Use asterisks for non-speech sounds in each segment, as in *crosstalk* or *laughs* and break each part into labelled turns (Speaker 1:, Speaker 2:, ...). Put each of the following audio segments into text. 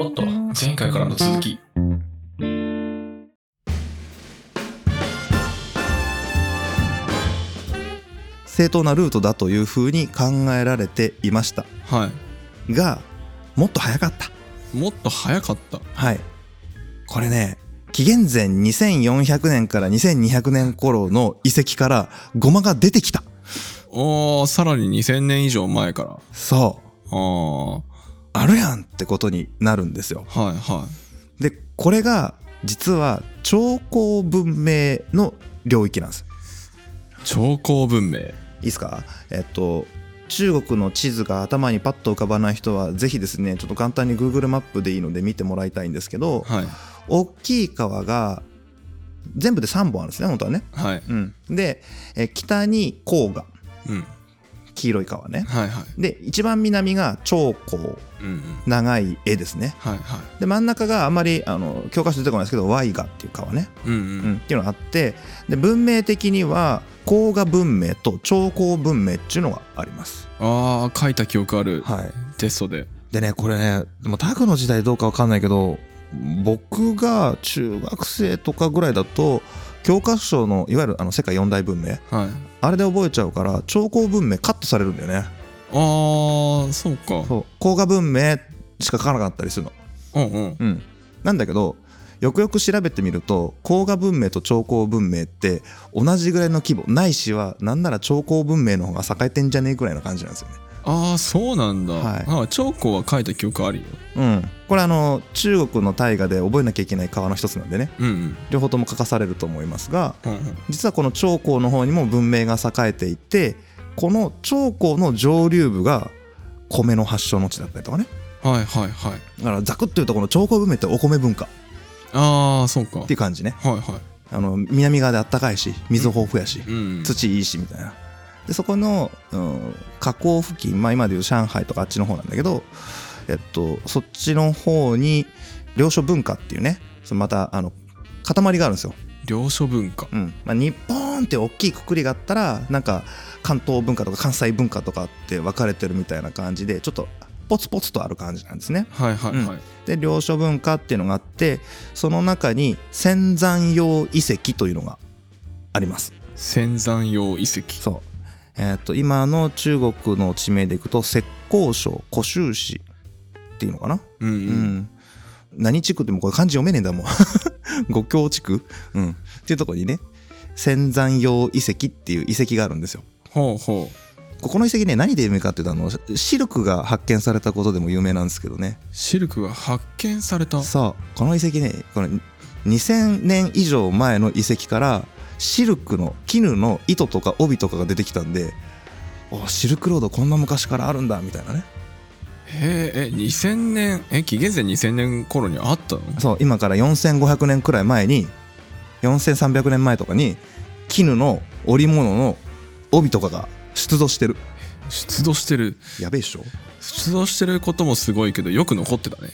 Speaker 1: おっと、前回からの続き。
Speaker 2: 正当なルートだというふうに考えられていました
Speaker 1: は
Speaker 2: がもっと早かった
Speaker 1: い。もっと早かった。
Speaker 2: はいこれね紀元前2400年から2200年頃の遺跡からゴマが出てきた
Speaker 1: おー、さらに2000年以上前から。
Speaker 2: そ
Speaker 1: あー、は
Speaker 2: うあるやんってことになるんですよ
Speaker 1: いは
Speaker 2: でこれが実は長江文明の領域なんです
Speaker 1: い。長江文明。
Speaker 2: いいですかえっと中国の地図が頭にパッと浮かばない人はぜひですねちょっと簡単に Google マップでいいので見てもらいたいんですけど
Speaker 1: はい。
Speaker 2: 大きい川が全部で3本あるんですね本当はね、
Speaker 1: はい。
Speaker 2: うん、でえ北に黄河
Speaker 1: うん。
Speaker 2: 黄色い川ね
Speaker 1: はいはい。
Speaker 2: で一番南が長江
Speaker 1: うんうん。
Speaker 2: 長い絵ですね
Speaker 1: はいは
Speaker 2: で真ん中があんまりあの教科書出てこないですけどワイガっていう川ね、
Speaker 1: い。うん
Speaker 2: うん、っていうのがあってで文明的には黄河文明と長江文明っていうのがあります
Speaker 1: あー、書いた記憶ある。
Speaker 2: はい
Speaker 1: テストで。
Speaker 2: でねこれねでもタグの時代どうかわかんないけど僕が中学生とかぐらいだと教科書のいわゆるあの世界四大文明
Speaker 1: はい。
Speaker 2: あれで覚えちゃうから長江文明カットされるんだよね
Speaker 1: あー、そうか。
Speaker 2: そう甲賀文明しか書かなかったりするの
Speaker 1: うんうん。
Speaker 2: うんなんだけどよくよく調べてみると甲賀文明と長江文明って同じぐらいの規模ないしはなんなら長江文明の方が栄えてんじゃねえぐらいの感じなんですよね
Speaker 1: あー、そうなんだ。
Speaker 2: はい
Speaker 1: あー長江は書いた記憶あるよ。
Speaker 2: うんこれあの中国の大河で覚えなきゃいけない川の一つなんでね
Speaker 1: うんうん。
Speaker 2: 両方とも書かされると思いますが
Speaker 1: うんうん。
Speaker 2: 実はこの長江の方にも文明が栄えていてこの長江の上流部が米の発祥の地だったりとかね
Speaker 1: はいはいはい。
Speaker 2: だからざくっと言うとこの長江文明ってお米文化っ
Speaker 1: あー、そうか。は
Speaker 2: てい
Speaker 1: いう
Speaker 2: 感じね
Speaker 1: は
Speaker 2: あの南側であったかいし水豊富やし
Speaker 1: い。うん。
Speaker 2: 土いいしみたいなでそこの、うん、河口付近、まあ、今でいう上海とかあっちの方なんだけど、えっと、そっちの方に領書文化っていうねそのまたあの塊があるんですよ
Speaker 1: 領書文化。
Speaker 2: うんまあ、日本って大きいくくりがあったらなんか関東文化とか関西文化とかって分かれてるみたいな感じでちょっとポツポツとある感じなんですね。
Speaker 1: はいはいはい。
Speaker 2: で領書文化っていうのがあってその中に仙山用遺跡というのがあります。
Speaker 1: 仙山用遺跡。
Speaker 2: そうえー、と今の中国の地名でいくと浙江省湖州市っていうのかな、
Speaker 1: うんう
Speaker 2: うん
Speaker 1: ん。
Speaker 2: 何地区ってもうこれ漢字読めねえん *laughs* だもん五峡地区、うん、っていうとこにね仙山用遺跡っていう遺跡があるんですよ
Speaker 1: ほうほう。
Speaker 2: ここの遺跡ね何で有名かっていうとあのシルクが発見されたことでも有名なんですけどね
Speaker 1: シルクが発見された。
Speaker 2: そうこの遺跡ねこの2000年以上前の遺跡からシルクの絹の糸とか帯とかが出てきたんでおシルクロードこんな昔からあるんだみたいなね
Speaker 1: へえ、え、2000年、え、紀元前2000年頃にあったの
Speaker 2: そう今から4500年くらい前に4300年前とかに絹の織物の帯とかが出土してる
Speaker 1: 出土してる。
Speaker 2: やべえっしょ
Speaker 1: 出土してることもすごいけど、よく残ってたね。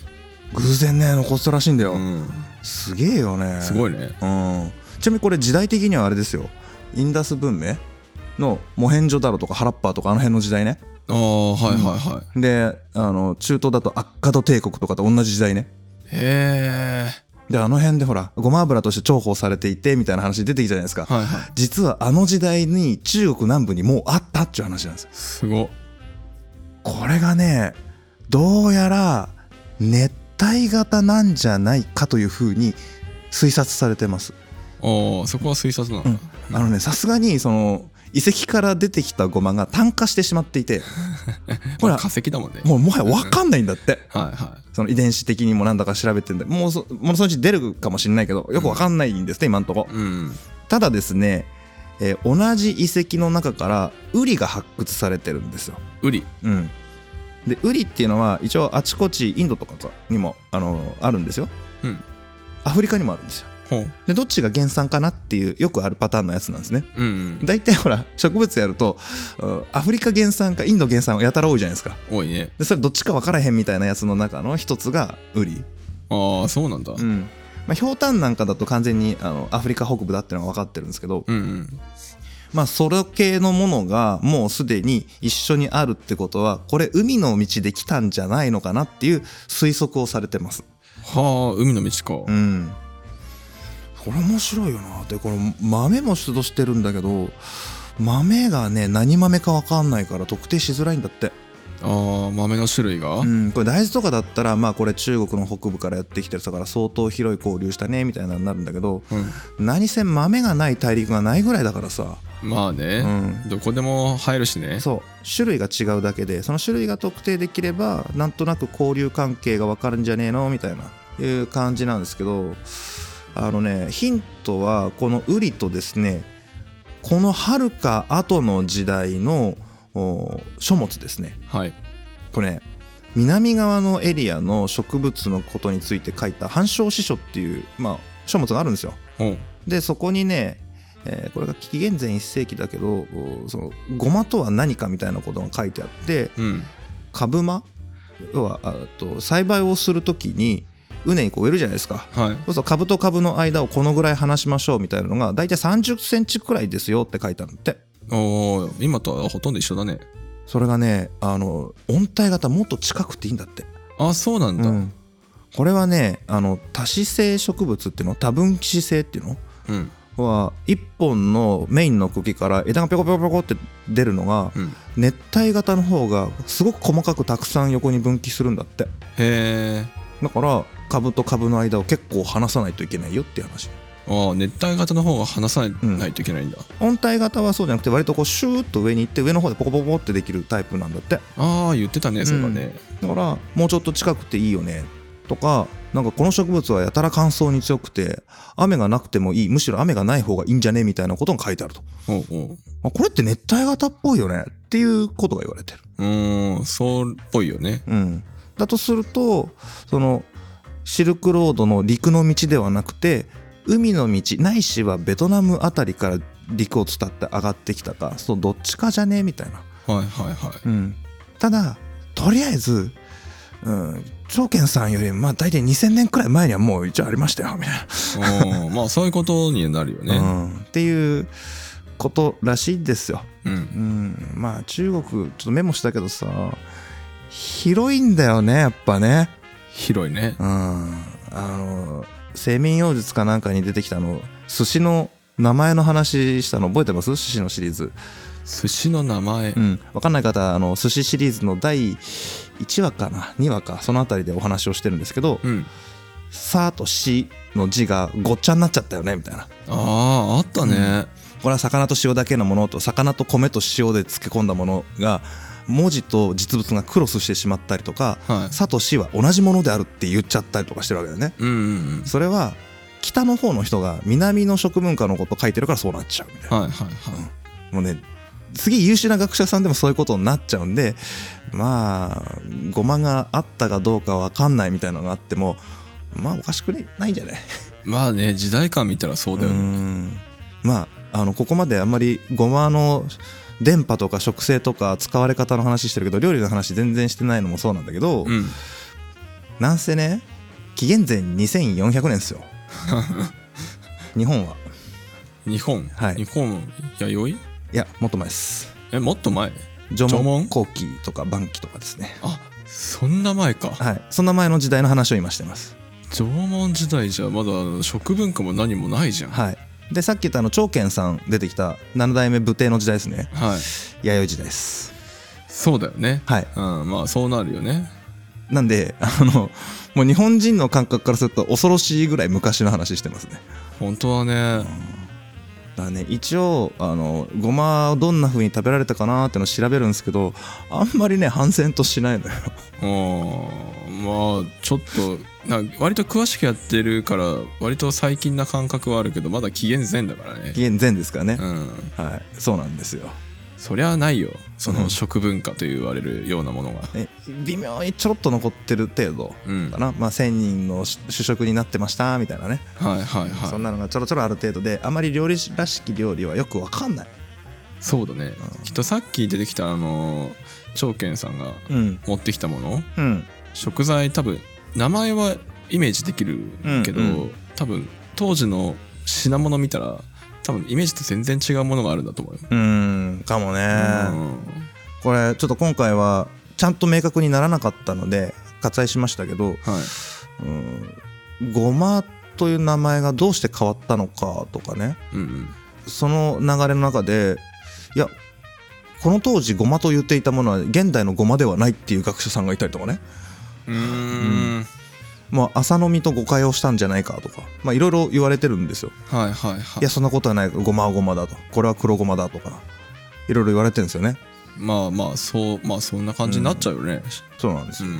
Speaker 2: 偶然ね残ってたらしいんだよ、
Speaker 1: うん。
Speaker 2: すげえよね
Speaker 1: すごいね。
Speaker 2: うん、ちなみにこれ時代的にはあれですよインダス文明のモヘンジョダロとかハラッパーとかあの辺の時代ね
Speaker 1: ああ、はいはいはい。
Speaker 2: であの中東だとアッカド帝国とかと同じ時代ね
Speaker 1: へえ。
Speaker 2: であの辺でほらごま油として重宝されていてみたいな話出てきたじゃないですか、
Speaker 1: はいはい。
Speaker 2: 実はあの時代に中国南部にもうあったっていう話なんですよ
Speaker 1: すご。
Speaker 2: これがねどうやら熱帯型なんじゃないかというふうに推察されてます
Speaker 1: ああ、そこは推察なんだ。
Speaker 2: あのねさすがにその遺跡から出てきたゴマが炭化してしまっていてほ
Speaker 1: まあ
Speaker 2: ら
Speaker 1: 化石だもんね。
Speaker 2: もうもはや分かんないんだって
Speaker 1: はいは
Speaker 2: その遺伝子的にもなんだか調べてんだもうそもうそのうち出るかもしれないけどよく分かんないんですね今んとこ
Speaker 1: い。うん。
Speaker 2: ただですね、えー同じ遺跡の中からウリが発掘されてるんですよ
Speaker 1: ウリ。
Speaker 2: うんでウリっていうのは一応あちこちインドとかにもあのあるんですよ
Speaker 1: うん。
Speaker 2: アフリカにもあるんですよ
Speaker 1: ほう。
Speaker 2: でどっちが原産かなっていうよくあるパターンのやつなんですね
Speaker 1: うんうん。
Speaker 2: 大体ほら植物やるとうんアフリカ原産かインド原産はやたら多いじゃないですか
Speaker 1: 多いね。
Speaker 2: でそれどっちか分からへんみたいなやつの中の一つがウリ、
Speaker 1: ああ、そうなんだ。
Speaker 2: うんまあ、ひょうたんなんかだと完全にあのアフリカ北部だっていうのは分かってるんですけど、
Speaker 1: うんうん。
Speaker 2: まあ、それ系のものがもうすでに一緒にあるってことは、これ海の道で来たんじゃないのかなっていう推測をされてます。
Speaker 1: はあ海の道か、
Speaker 2: うん。これ面白いよな。で、この豆も出土してるんだけど、豆がね、何豆かわかんないから特定しづらいんだって。
Speaker 1: ああ豆の種類が、
Speaker 2: うん、これ大豆とかだったらまあこれ中国の北部からやってきてるだから相当広い交流したねみたいなのになるんだけど
Speaker 1: う
Speaker 2: 何せ豆がない大陸がないぐらいだからさ、
Speaker 1: んまあね
Speaker 2: う、ん、
Speaker 1: どこでも入るしね
Speaker 2: そう種類が違うだけでその種類が特定できればなんとなく交流関係が分かるんじゃねえのみたいないう感じなんですけどあのねヒントはこのウリとですねこのはるか後の時代のお書物ですね
Speaker 1: はい
Speaker 2: これ南側のエリアの植物のことについて書いた「繁殖詩書」っていう、まあ、書物があるんですよ。
Speaker 1: うん
Speaker 2: でそこにね、えーこれが紀元前1世紀だけどおそのゴマとは何かみたいなことが書いてあって
Speaker 1: うん
Speaker 2: 株間要はあと栽培をする時に畝にこう植えるじゃないですか。
Speaker 1: はい
Speaker 2: そうすると株と株の間をこのぐらい離しましょうみたいなのが大体3 0センチくらいですよって書いてあるんだって
Speaker 1: おー今とはほとんど一緒だね
Speaker 2: それがねあの温帯型もっと近くていいんだって
Speaker 1: あそうなんだ、
Speaker 2: う
Speaker 1: うん
Speaker 2: んこれはねあの多子性植物っていうの多分子性っていうのは一本のメインの茎から枝がペコペコペコって出るのが
Speaker 1: うん
Speaker 2: 熱帯型の方がすごく細かくたくさん横に分岐するんだって
Speaker 1: へえ
Speaker 2: だから株と株の間を結構離さないといけないよっていう話
Speaker 1: ああ熱帯型の方が離さないといけないんだ、
Speaker 2: 温帯型はそうじゃなくて割とこうシューッと上に行って上の方でポコポコポコってできるタイプなんだって
Speaker 1: ああ言ってたねそうだね、
Speaker 2: だからもうちょっと近くていいよねとかなんかこの植物はやたら乾燥に強くて雨がなくてもいいむしろ雨がない方がいいんじゃねみたいなことが書いてあると
Speaker 1: おうおう
Speaker 2: あこれって熱帯型っぽいよねっていうことが言われてる、
Speaker 1: うーんそうっぽいよね
Speaker 2: うん、だとするとそのシルクロードの陸の道ではなくて海の道ないしはベトナムあたりから陸を伝って上がってきたかそのどっちかじゃねみたいな
Speaker 1: はいはいはい
Speaker 2: うん、ただとりあえず、うん、長健さんよりまあ大体2000年くらい前にはもう一応ありましたよみたい
Speaker 1: おー *laughs* まあそういうことになるよ
Speaker 2: な、
Speaker 1: ね
Speaker 2: うん、っていうことらしいですよ、
Speaker 1: うん、
Speaker 2: うん、まあ中国ちょっとメモしたけどさ広いんだよねやっぱね、
Speaker 1: 広いね
Speaker 2: うん、あの清民妖術かなんかに出てきたあの寿司の名前の話したの覚えてます寿司のシリーズ
Speaker 1: 寿司の名前、
Speaker 2: うん、分かんない方あの寿司シリーズの第1話かな2話かその辺りでお話をしてるんですけど
Speaker 1: うん、
Speaker 2: 「さ」と「し」の字がごっちゃになっちゃったよねみたいな
Speaker 1: あああったね、
Speaker 2: これは魚と塩だけのものと魚と米と塩で漬け込んだものが文字と実物がクロスしてしまったりとか
Speaker 1: は
Speaker 2: 「
Speaker 1: い
Speaker 2: さ」と「し」は同じものであるって言っちゃったりとかしてるわけだよね
Speaker 1: うんうん
Speaker 2: それは北の方の人が南の食文化のこと書いてるからそうなっちゃうみたいな
Speaker 1: うんはいはいは
Speaker 2: もうね、次優秀な学者さんでもそういうことになっちゃうんで、まあ、ごまがあったかどうかわかんないみたいなのがあっても、まあおかしくないんじゃない
Speaker 1: いまあね時代感見たらそうだよ
Speaker 2: う
Speaker 1: ね、
Speaker 2: んまあ、あの、ここまであんまりごまの電波とか食性とか使われ方の話してるけど、料理の話全然してないのもそうなんだけど、
Speaker 1: うん、
Speaker 2: なんせね、紀元前2400年で
Speaker 1: *laughs*
Speaker 2: すよ。日本は。
Speaker 1: 日本、
Speaker 2: はい
Speaker 1: 日本弥生
Speaker 2: いや、もっと前です。
Speaker 1: えもっと前
Speaker 2: 縄
Speaker 1: 縄
Speaker 2: 文
Speaker 1: 文
Speaker 2: 後期とか晩期とかですね。
Speaker 1: あそんな前か
Speaker 2: はい、そんな前の時代の話を今してます。
Speaker 1: 縄文時代じゃまだ食文化も何もないじゃんはい、
Speaker 2: はい、でさっき言ったあの長健さん出てきた7代目武帝の時代ですね弥生時代です。
Speaker 1: そうだよね
Speaker 2: はい、
Speaker 1: うんまあそうなるよね
Speaker 2: なんであのもう日本人の感覚からすると恐ろしいぐらい昔の話してますね。
Speaker 1: 本当はね
Speaker 2: だからね一応あのごまをどんな風に食べられたかなーってのを調べるんですけどあんまりね反戦としないのよ。
Speaker 1: うんまあちょっとな割と詳しくやってるから割と最近な感覚はあるけどまだ紀元前だからね
Speaker 2: 紀元前ですからね
Speaker 1: う。ん
Speaker 2: はい、そうなんですよ。
Speaker 1: そりゃないよそ
Speaker 2: うん
Speaker 1: の食文化と言われるようなものが
Speaker 2: ね微妙にちょろっと残ってる程度
Speaker 1: うん
Speaker 2: か
Speaker 1: はい
Speaker 2: な、まあ、1,000人の主主食になってましたみたいなね。
Speaker 1: はいはい
Speaker 2: そんなのがちょろちょろある程度であまり料理らしき料理はよくわかんない、
Speaker 1: そうだね、
Speaker 2: うん
Speaker 1: きっとさっき出てきたあの長健さんが
Speaker 2: うん
Speaker 1: 持ってきたもの
Speaker 2: うん、
Speaker 1: 食材多分名前はイメージできるけど、
Speaker 2: うんうん
Speaker 1: 多分当時の品物見たら多分イメージと全然違うものがあるんだと思うよ。
Speaker 2: うーんかも
Speaker 1: う
Speaker 2: ね
Speaker 1: ん
Speaker 2: これちょっと今回はちゃんと明確にならなかったので割愛しましたけど
Speaker 1: はい、
Speaker 2: うんごまという名前がどうして変わったのかとかね
Speaker 1: うんうん
Speaker 2: その流れの中でいやこの当時ごまと言っていたものは現代のごまではないっていう学者さんがいたりとかね
Speaker 1: うーん
Speaker 2: まあ浅飲みと誤解をしたんじゃないかとかまあいろいろ言われてるんですよ
Speaker 1: はいはいはい
Speaker 2: いやそんなことはないごまはごまだとこれは黒ごまだとかいろいろ言われてるんですよね
Speaker 1: まあまあそうまあそんな感じになっちゃうよね
Speaker 2: そうなんです
Speaker 1: う
Speaker 2: よ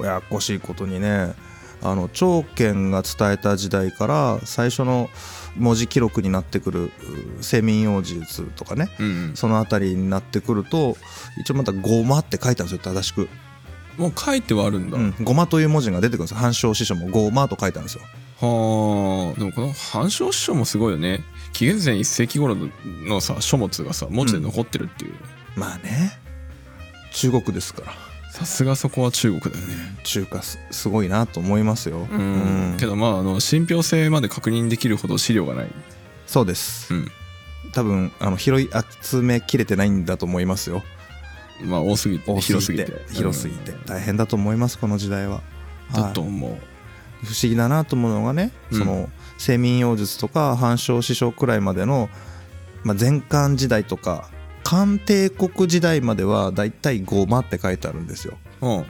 Speaker 1: ん、
Speaker 2: ややこしいことにねあの長剣が伝えた時代から最初の文字記録になってくるうセミン王子術とかね
Speaker 1: うんうん
Speaker 2: その辺りになってくると一応また「ごま」って書いてあるんですよ正しく
Speaker 1: もう書いてはあるん
Speaker 2: 「
Speaker 1: だ、
Speaker 2: うん、ごま」という文字が出てくるんですよ反証師匠も「ごま」と書いてあるんですよ
Speaker 1: はあでもこの反証書もすごいよね紀元前1世紀頃のさ書物がさ文字で残ってるっていう
Speaker 2: まあね中国ですから
Speaker 1: さすがそこは中国だよね
Speaker 2: 中華すすごいなと思いますよ
Speaker 1: うん、
Speaker 2: うん
Speaker 1: けどまああの信憑性まで確認できるほど資料がない
Speaker 2: そうです
Speaker 1: うん
Speaker 2: 多分あの拾い集めきれてないんだと思いますよ
Speaker 1: まあ多すぎて
Speaker 2: 多
Speaker 1: 広すぎて
Speaker 2: 広すぎて、大変だと思いますこの時代は
Speaker 1: うんだと思う、
Speaker 2: 不思議だなと思うのがね、
Speaker 1: うん
Speaker 2: その清民妖術とか藩商師匠くらいまでの、まあ、前漢時代とか漢帝国時代まではだいたい「ゴマ」って書いてあるんですよ
Speaker 1: うん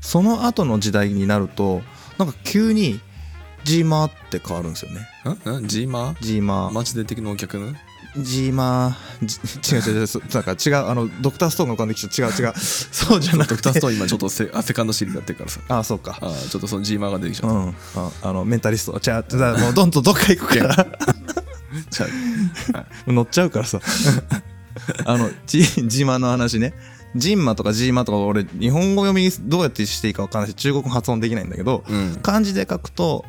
Speaker 2: その後の時代になるとなんか急に「ジーマ」って変わるんですよね
Speaker 1: んんジーマ
Speaker 2: 「ジーマ」
Speaker 1: マジで敵のお客の
Speaker 2: ジーマーじ違う違う違うそなんか違うあのドクターストーンが浮かんできちゃう違う違うそうじゃな
Speaker 1: ド
Speaker 2: く
Speaker 1: クタース
Speaker 2: て
Speaker 1: トーン今ちょっとせあ *laughs* セカンドシリーズやってるからさ
Speaker 2: あそうか
Speaker 1: あーちょっとそのジーマーが出てきちゃ
Speaker 2: う
Speaker 1: っ
Speaker 2: んああのメンタリストじゃあじゃあもうどんどんどっか行くから
Speaker 1: たじゃ
Speaker 2: 乗っちゃうからさあのジジマの話ねジンマとかジーマとか俺日本語読みどうやってしていいか分かんないし中国語発音できないんだけど
Speaker 1: あうん
Speaker 2: 漢字で書くと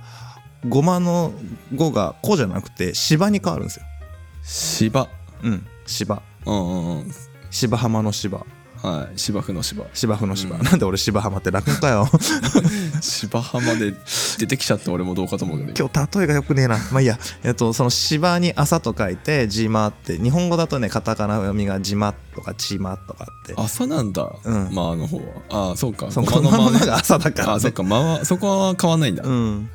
Speaker 2: ゴマの「語が「こ」じゃなくて「芝」に変わるんですよ。
Speaker 1: 芝
Speaker 2: うん芝
Speaker 1: うんうんうん
Speaker 2: 芝浜の芝
Speaker 1: はい芝生の芝
Speaker 2: 芝生の芝、
Speaker 1: うん
Speaker 2: なんで俺芝浜って楽かよ
Speaker 1: *laughs* 芝浜で出てきちゃって俺もどうかと思うけど
Speaker 2: 今日例えがよくねえなまあいいや、えっと、その芝に朝と書いて「ジマ」って日本語だとねカタカナ読みが「ジマ」とか「チマ」とかって
Speaker 1: 朝なんだ、
Speaker 2: うん
Speaker 1: まああの方はああそうか
Speaker 2: その
Speaker 1: 駒
Speaker 2: ゴマの
Speaker 1: 間ね
Speaker 2: 間が朝だから、ね、
Speaker 1: あそっか間はそこは変わんないんだ
Speaker 2: うん。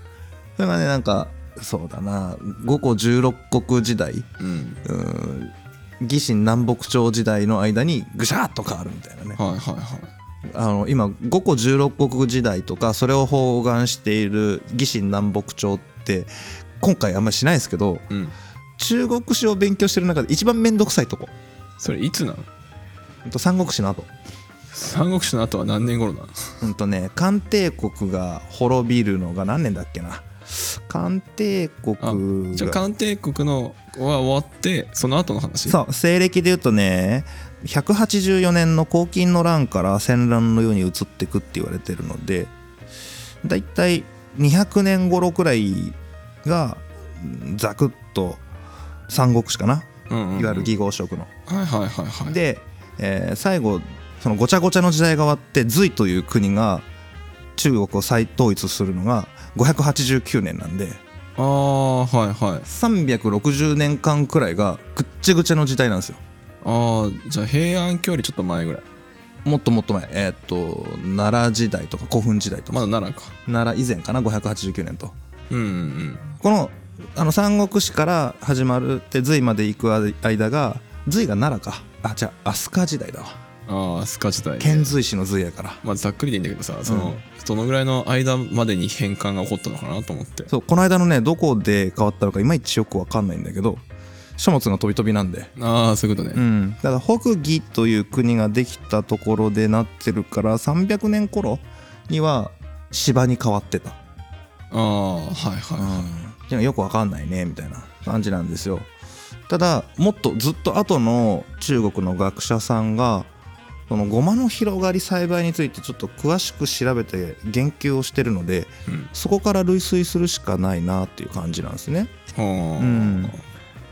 Speaker 2: それがね、なんか、そうだな、五個十六国時代、
Speaker 1: うん
Speaker 2: うん、魏晋南北朝時代の間にぐしゃっと変わるみたいなね。
Speaker 1: はいはいはい
Speaker 2: あの、今、五個十六国時代とか、それを包含している魏晋南北朝って、今回あんまりしないですけど、
Speaker 1: うん
Speaker 2: 中国史を勉強してる中で一番めんどくさいとこ。
Speaker 1: それいつなの
Speaker 2: うんと三国志の後。
Speaker 1: 三国志の後は何年頃なの
Speaker 2: うんとね、漢帝国が滅びるのが何年だっけな。漢帝国
Speaker 1: じゃあ
Speaker 2: が。
Speaker 1: 漢帝国のは終わってその後の話
Speaker 2: そう西暦で言うとね184年の黄金の乱から戦乱のように移っていくって言われてるのでだいたい200年頃くらいがうんざくっと三国志かな
Speaker 1: うんうんうん、
Speaker 2: いわゆる義合色の。
Speaker 1: はいはいはいはい
Speaker 2: で、えー最後そのごちゃごちゃの時代が終わって隋という国が中国を再統一するのが589年なんで
Speaker 1: ああはいはい
Speaker 2: 360年間くらいがぐっちゃぐちゃの時代なんですよ。
Speaker 1: ああじゃあ平安京よりちょっと前ぐらい
Speaker 2: もっともっと前、えーっと奈良時代とか古墳時代とか、
Speaker 1: まだ奈良か
Speaker 2: 奈良以前かな589年と
Speaker 1: うんうん
Speaker 2: このあの三国志から始まるって隋まで行く間が隋が奈良かあじゃあ飛鳥時代だわ
Speaker 1: うんああ飛鳥時代
Speaker 2: 遣隋使の隋やから
Speaker 1: まあざっくりでいいんだけどさその、どのぐらいの間までに変換が起こったのかなと思って
Speaker 2: そうこの間のねどこで変わったのかいまいちよくわかんないんだけど書物が飛び飛びなんで
Speaker 1: ああそういうこと
Speaker 2: う
Speaker 1: ね、
Speaker 2: んだから北魏という国ができたところでなってるから300年頃には芝に変わってた
Speaker 1: ああはいはい、
Speaker 2: うん、よくわかんないねみたいな感じなんですよただもっとずっと後の中国の学者さんがそのごまの広がり栽培についてちょっと詳しく調べて言及をしてるので
Speaker 1: うん
Speaker 2: そこから類推するしかないなっていう感じなんですね
Speaker 1: はあ
Speaker 2: うん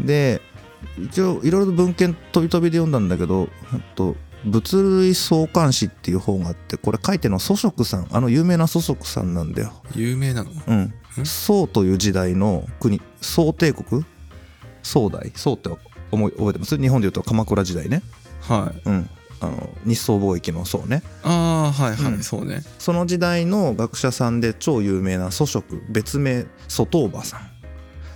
Speaker 2: で一応いろいろ文献飛び飛びで読んだんだけどあと物類相関誌っていう本があってこれ書いてるのは祖食さんあの有名な祖食さんなんだよ
Speaker 1: 有名なの
Speaker 2: うん、宋という時代の国宋帝国宋代宋って思い覚えてます日本でいうと鎌倉時代ね、
Speaker 1: はい
Speaker 2: うん、あの日宋貿易の宋ね
Speaker 1: ああはいはい、
Speaker 2: うん
Speaker 1: そうね
Speaker 2: その時代の学者さんで超有名な祖職別名祖東馬さん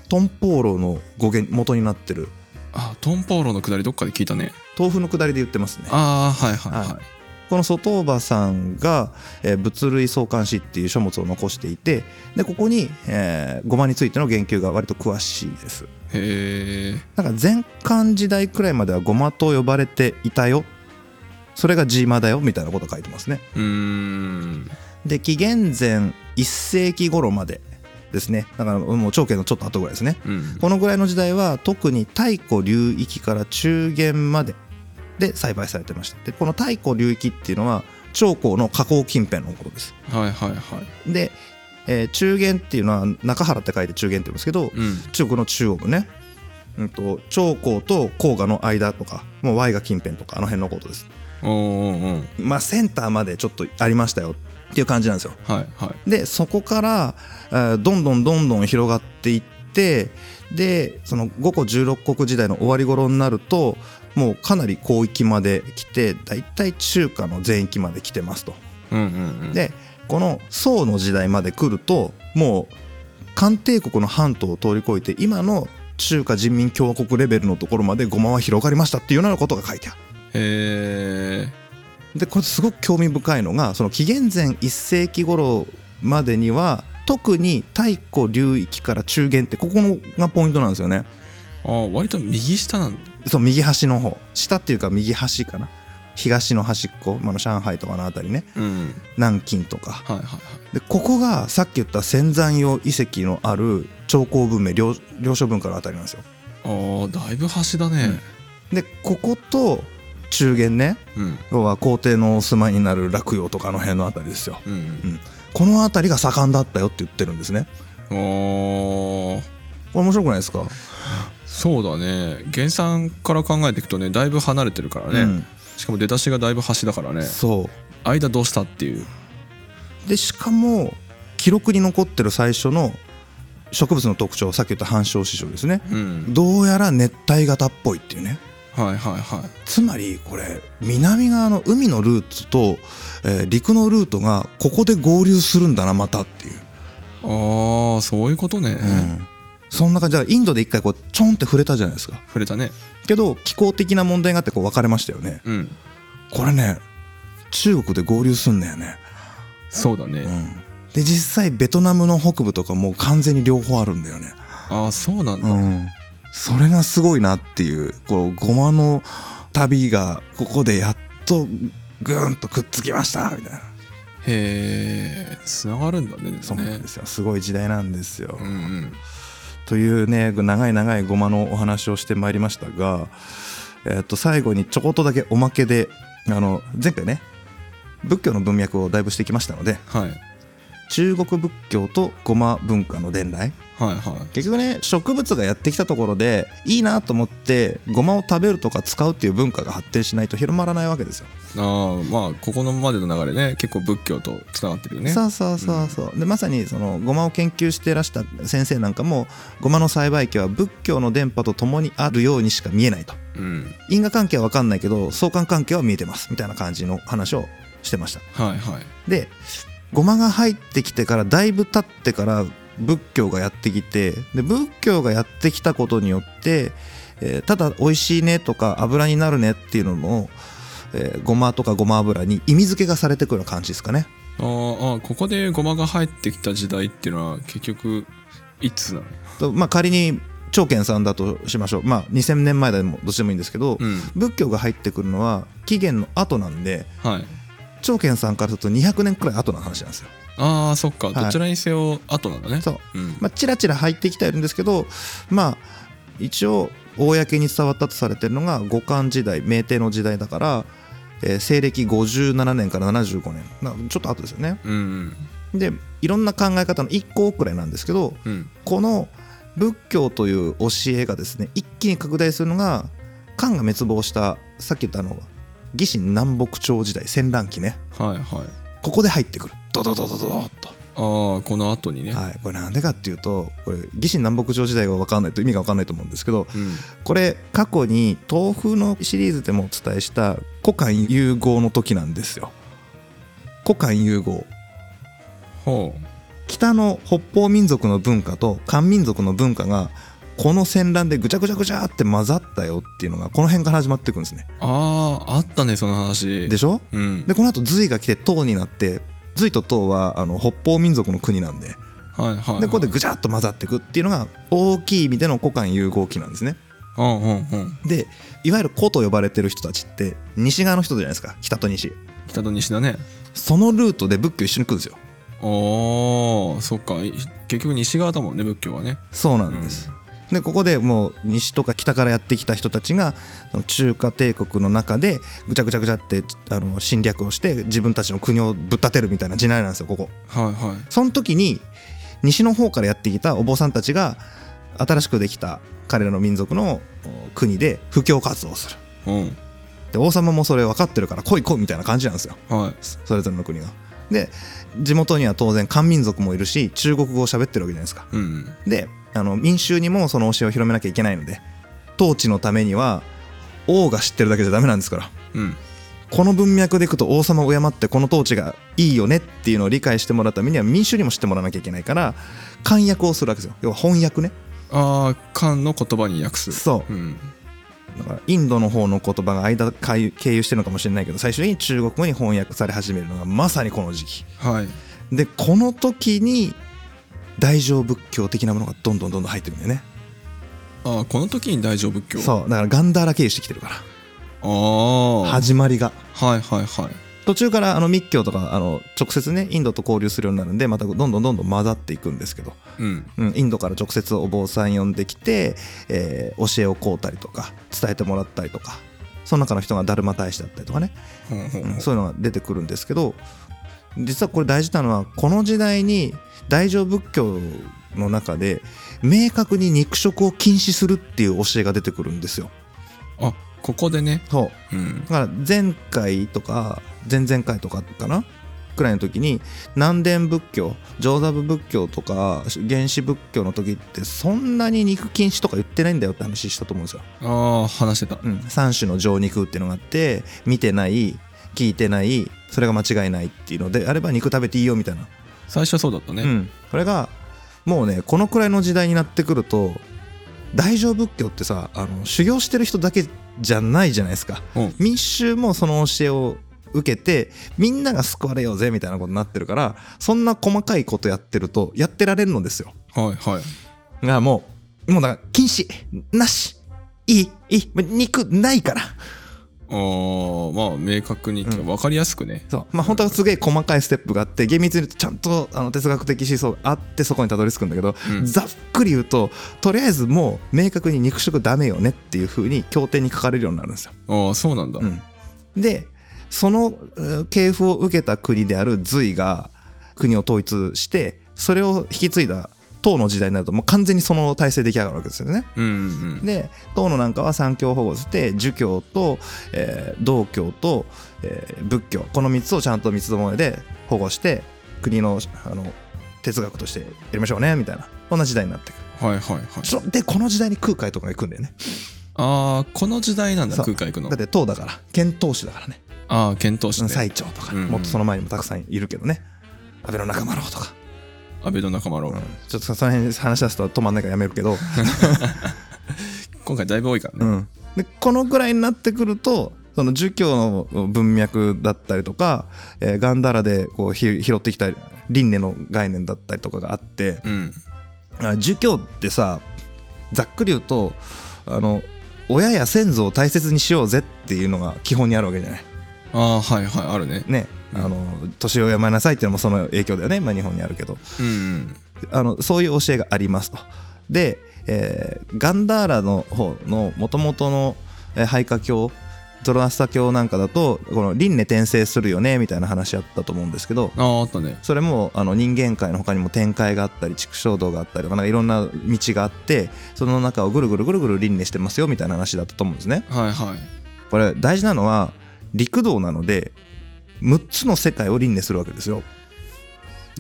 Speaker 2: トンポーロの語源元になってる
Speaker 1: あトンポーロのくだりどっかで聞いたね
Speaker 2: 豆腐のくだりで言ってますね
Speaker 1: ああはいはいはい、
Speaker 2: はこのソトーバさんが、えー物類相関史っていう書物を残していてでここに、えー、ゴマについての言及が割と詳しいです
Speaker 1: へえ
Speaker 2: なんか前漢時代くらいまではゴマと呼ばれていたよそれがジーマだよみたいなこと書いてますね
Speaker 1: うーん
Speaker 2: で紀元前1世紀頃までですねだからもう長慶のちょっと後ぐらいですね
Speaker 1: うん
Speaker 2: このぐらいの時代は特に太古流域から中元までで栽培されてましたでこの太古流域っていうのは長江の河口近辺のことです
Speaker 1: はいはいはい
Speaker 2: で、えー中元っていうのは中原って書いて中元って言うんですけど、
Speaker 1: うん
Speaker 2: 中国の中央部ね、うん、と長江と黄河の間とかもう Y が近辺とかあの辺のことです
Speaker 1: おーおーおー
Speaker 2: まあセンターまでちょっとありましたよっていう感じなんですよ
Speaker 1: はいはい
Speaker 2: でそこからえーどんどんどんどん広がっていってでその5個16国時代の終わり頃になるともうかなり広域まで来て大体中華の全域まで来てますと。
Speaker 1: うんうんうん
Speaker 2: でこの宋の時代まで来るともう漢帝国の半島を通り越えて今の中華人民共和国レベルのところまでゴマは広がりましたっていうようなことが書いてある。
Speaker 1: へえ
Speaker 2: でこれすごく興味深いのがその紀元前1世紀頃までには特に太古流域から中元ってここのがポイントなんですよね
Speaker 1: あー割と右下なんだ
Speaker 2: そう右端の方下っていうか右端かな東の端っこ、まあ、あの上海とかの辺りね
Speaker 1: うん
Speaker 2: 南京とか
Speaker 1: はいはいはい
Speaker 2: でここがさっき言った仙山用遺跡のある長江文明領領書文化のあたりなんですよ
Speaker 1: あーだいぶ端だね
Speaker 2: でここと中元ね
Speaker 1: うん
Speaker 2: 要は皇帝のお住まいになる洛陽とかの辺のあたりですよ
Speaker 1: うん
Speaker 2: この辺りが盛んだったよって言ってるんですね
Speaker 1: うんおー
Speaker 2: これ面白くないですか、
Speaker 1: そうだね原産から考えていくとねだいぶ離れてるからね、
Speaker 2: うん
Speaker 1: しかも出だしがだいぶ端だからね
Speaker 2: そ
Speaker 1: 間どうしたっていう
Speaker 2: うでしかも記録に残ってる最初の植物の特徴さっき言った反照子症ですね
Speaker 1: うん
Speaker 2: どうやら熱帯型っぽいっていうね
Speaker 1: はいはいはい
Speaker 2: つまりこれ南側の海のルートと、えー陸のルートがここで合流するんだなまたっていう、
Speaker 1: ああそういうことね、
Speaker 2: そんな感じだからインドで一回こうちょんって触れたじゃないですか
Speaker 1: 触れたね
Speaker 2: けど気候的な問題があってこう分かれましたよね
Speaker 1: うん
Speaker 2: これね中国で合流すんだよね
Speaker 1: そうだね、
Speaker 2: で実際ベトナムの北部とかもう完全に両方あるんだよね、
Speaker 1: ああそうなんだ、
Speaker 2: ん、それがすごいなっていうこうごまの旅がここでやっとぐーんとくっつきましたみたいな
Speaker 1: へえつながるんだねでも
Speaker 2: そうなん
Speaker 1: ね
Speaker 2: ですよすごい時代なんですよ、
Speaker 1: うんうん
Speaker 2: というね長い長いごまのお話をしてまいりましたが、えっと最後にちょこっとだけおまけであの前回ね仏教の文脈をだいぶしてきましたので
Speaker 1: はい
Speaker 2: 中国仏教とごま文化の伝来
Speaker 1: はいは
Speaker 2: 結局ね植物がやってきたところでいいなと思ってごまを食べるとか使うっていう文化が発展しないと広まらないわけですよ。
Speaker 1: いああまあここのまでの流れね結構仏教とつながってるよね
Speaker 2: そうそうそうそう、でまさにそのごまを研究していらした先生なんかもごまの栽培期は仏教の伝播とともにあるようにしか見えないと
Speaker 1: うん
Speaker 2: 因果関係は分かんないけど相関関係は見えてますみたいな感じの話をしてました。
Speaker 1: はいはい
Speaker 2: でごまが入ってきてからだいぶ経ってから仏教がやってきてで仏教がやってきたことによって、えーただ美味しいねとか油になるねっていうのも、えーごまとかごま油に意味付けがされてくるような感じですかね
Speaker 1: あーあーここでごまが入ってきた時代っていうのは結局いつなの
Speaker 2: とまあ仮に長健さんだとしましょうまあ2000年前でもどっちでもいいんですけど、
Speaker 1: うん
Speaker 2: 仏教が入ってくるのは紀元の後なんで
Speaker 1: はい
Speaker 2: 長健さんからすると200年くらい後の話なんですよ
Speaker 1: ああそっか
Speaker 2: い
Speaker 1: どちらにせよ後なんだね
Speaker 2: そう
Speaker 1: うん
Speaker 2: まあ、チラチラ入ってきてはいるんですけどまあ一応公に伝わったとされてるのが五漢時代明帝の時代だから、えー西暦57年から75年なちょっと後ですよね
Speaker 1: うんうん
Speaker 2: でいろんな考え方の一個くらいなんですけど
Speaker 1: うん
Speaker 2: この仏教という教えがですね一気に拡大するのが漢が滅亡したさっき言ったあの魏晋南北朝時代戦乱期ね
Speaker 1: はいはい
Speaker 2: ここで入ってくるドドドドドドッと
Speaker 1: ああこの後にね、
Speaker 2: はい、これなんでかっていうとこれ魏志南北朝時代が分かんないと意味が分かんないと思うんですけど
Speaker 1: うん
Speaker 2: これ過去に豆腐のシリーズでもお伝えした古漢融合の時なんですよ古漢融合
Speaker 1: ほ
Speaker 2: 北の北方民族の文化と漢民族の文化がこの戦乱でぐちゃぐちゃぐちゃって混ざったよっていうのがこの辺から始まっていくんですね
Speaker 1: うあああったねその話
Speaker 2: でしょ
Speaker 1: うん
Speaker 2: でこの後隋が来て唐になって隋と唐はあの北方民族の国なんで
Speaker 1: はいはいはい
Speaker 2: でここでぐちゃっと混ざっていくっていうのが大きい意味での古漢融合期なんですね
Speaker 1: うんうんうん
Speaker 2: でいわゆる古と呼ばれてる人たちって西側の人じゃないですか北と西
Speaker 1: 北と西だね
Speaker 2: そのルートで仏教一緒に来るんですよ
Speaker 1: ああそっかい結局西側だもんね仏教はね
Speaker 2: そうなんです、でここでもう西とか北からやってきた人たちがその中華帝国の中でぐちゃぐちゃぐちゃってあの侵略をして自分たちの国をぶっ立てるみたいな時代なんですよここ
Speaker 1: はいはい
Speaker 2: その時に西の方からやってきたお坊さんたちが新しくできた彼らの民族のお国で布教活動をする
Speaker 1: うん
Speaker 2: で王様もそれ分かってるから来い来いみたいな感じなんですよ
Speaker 1: はい
Speaker 2: それぞれの国が。で地元には当然漢民族もいるし中国語を喋ってるわけじゃないですか。
Speaker 1: うん
Speaker 2: であの民衆にもその教えを広めなきゃいけないので統治のためには王が知ってるだけじゃダメなんですから
Speaker 1: うん
Speaker 2: この文脈でいくと王様を敬ってこの統治がいいよねっていうのを理解してもらうためには民衆にも知ってもらわなきゃいけないから漢訳をするわけですよ要は翻訳ね
Speaker 1: ああ漢の言葉に訳す、
Speaker 2: そう
Speaker 1: ん、
Speaker 2: だからインドの方の言葉が間かい経由してるのかもしれないけど最終的に中国語に翻訳され始めるのがまさにこの時期
Speaker 1: はい
Speaker 2: でこの時に大乗仏教的なものがどんどんどんどん入ってくるんだよね
Speaker 1: ああこの時に大乗仏教う
Speaker 2: そうだからガンダーラ経由してきてるか
Speaker 1: ああ
Speaker 2: ら
Speaker 1: はい
Speaker 2: 始まりが
Speaker 1: はいはい
Speaker 2: 途中からあの密教とかあの直接ねインドと交流するようになるんでまたどんどんどんどん混ざっていくんですけど、
Speaker 1: うん
Speaker 2: うん、インドから直接お坊さん呼んできて、えー教えを請うたりとか伝えてもらったりとかその中の人がダルマ大使だったりとかね、
Speaker 1: ほんほん
Speaker 2: う
Speaker 1: ほん
Speaker 2: ん、そういうのが出てくるんですけど実はこれ大事なのはこの時代に大乗仏教の中で明確に肉食を禁止するっていう教えが出てくるんですよ。
Speaker 1: あここでね
Speaker 2: そう
Speaker 1: うん
Speaker 2: だから前回とか前々回とかかなくらいの時に南伝仏教上座部仏教とか原始仏教の時ってそんなに肉禁止とか言ってないんだよって話したと思うんですよ。
Speaker 1: ああ話してた
Speaker 2: うん、3種の上肉っていうのがあって見てない聞いてないそれが間違いないっていうのであれば肉食べていいよみたいな。
Speaker 1: 最初はそうだったね、
Speaker 2: うん、これがもうねこのくらいの時代になってくると大乗仏教ってさあの修行してる人だけじゃないじゃないですか。
Speaker 1: うん
Speaker 2: 民衆もその教えを受けてみんなが救われようぜみたいなことになってるからそんな細かいことやってるとやってられるのですよ。
Speaker 1: はいはい
Speaker 2: がもうもうだから禁止なしいいいいもう肉ないから
Speaker 1: あーまあ明確に、
Speaker 2: うん
Speaker 1: 分かりやすくね
Speaker 2: そうまあ本当はすげえ細かいステップがあって厳密に言うとちゃんとあの哲学的思想があってそこにたどり着くんだけど、
Speaker 1: うん
Speaker 2: ざっくり言うととりあえずもう明確に肉食ダメよねっていうふうに協定に書かれるようになるんですよ。
Speaker 1: ああそうなんだ、
Speaker 2: うん、でそのえー系譜を受けた国である隋が国を統一してそれを引き継いだ唐の時代になるともう完全にその体制出来上がるわけですよね。
Speaker 1: うんうん
Speaker 2: で唐のなんかは三教保護して儒教と、えー道教と、えー仏教この3つをちゃんと三つどもえで保護して国のあの哲学としてやりましょうねみたいなそんな時代になってくる
Speaker 1: はいはいはい
Speaker 2: ちょでこの時代に空海とかが行くんだよね
Speaker 1: ああこの時代なんだ
Speaker 2: そう
Speaker 1: 空海行くの
Speaker 2: だって唐だから遣唐使だからね
Speaker 1: ああ遣唐使ね
Speaker 2: 最澄とか、
Speaker 1: うんうん
Speaker 2: もっとその前にもたくさんいるけどね安倍の仲間郎とか、
Speaker 1: 安倍の仲間郎、
Speaker 2: うんちょっとその辺話し出すと止まんないからやめるけど、
Speaker 1: 今回だいぶ多いから
Speaker 2: う
Speaker 1: ね、
Speaker 2: ん、でこのぐらいになってくるとその儒教の文脈だったりとか、えーガンダラでこうひ拾ってきた輪廻の概念だったりとかがあって
Speaker 1: うん
Speaker 2: あ儒教ってさざっくり言うとあの親や先祖を大切にしようぜっていうのが基本にあるわけじゃない。
Speaker 1: ああはいはいあるね
Speaker 2: ね、
Speaker 1: うん
Speaker 2: あの年をやめなさいっていうのもその影響だよね、まあ、日本にあるけど。
Speaker 1: うんうん
Speaker 2: あのそういう教えがありますと。で、えーガンダーラの方のもともとのえーハイカ教ゾロアスタ教なんかだとこの輪廻転生するよねみたいな話あったと思うんですけど
Speaker 1: あああったね
Speaker 2: それもあの人間界の他にも展開があったり畜生道があったりとかなんかいろんな道があってその中をぐるぐるぐるぐる輪廻してますよみたいな話だったと思うんですね。
Speaker 1: はいはい
Speaker 2: これ大事なのは陸道なので6つの世界を輪廻するわけですよ。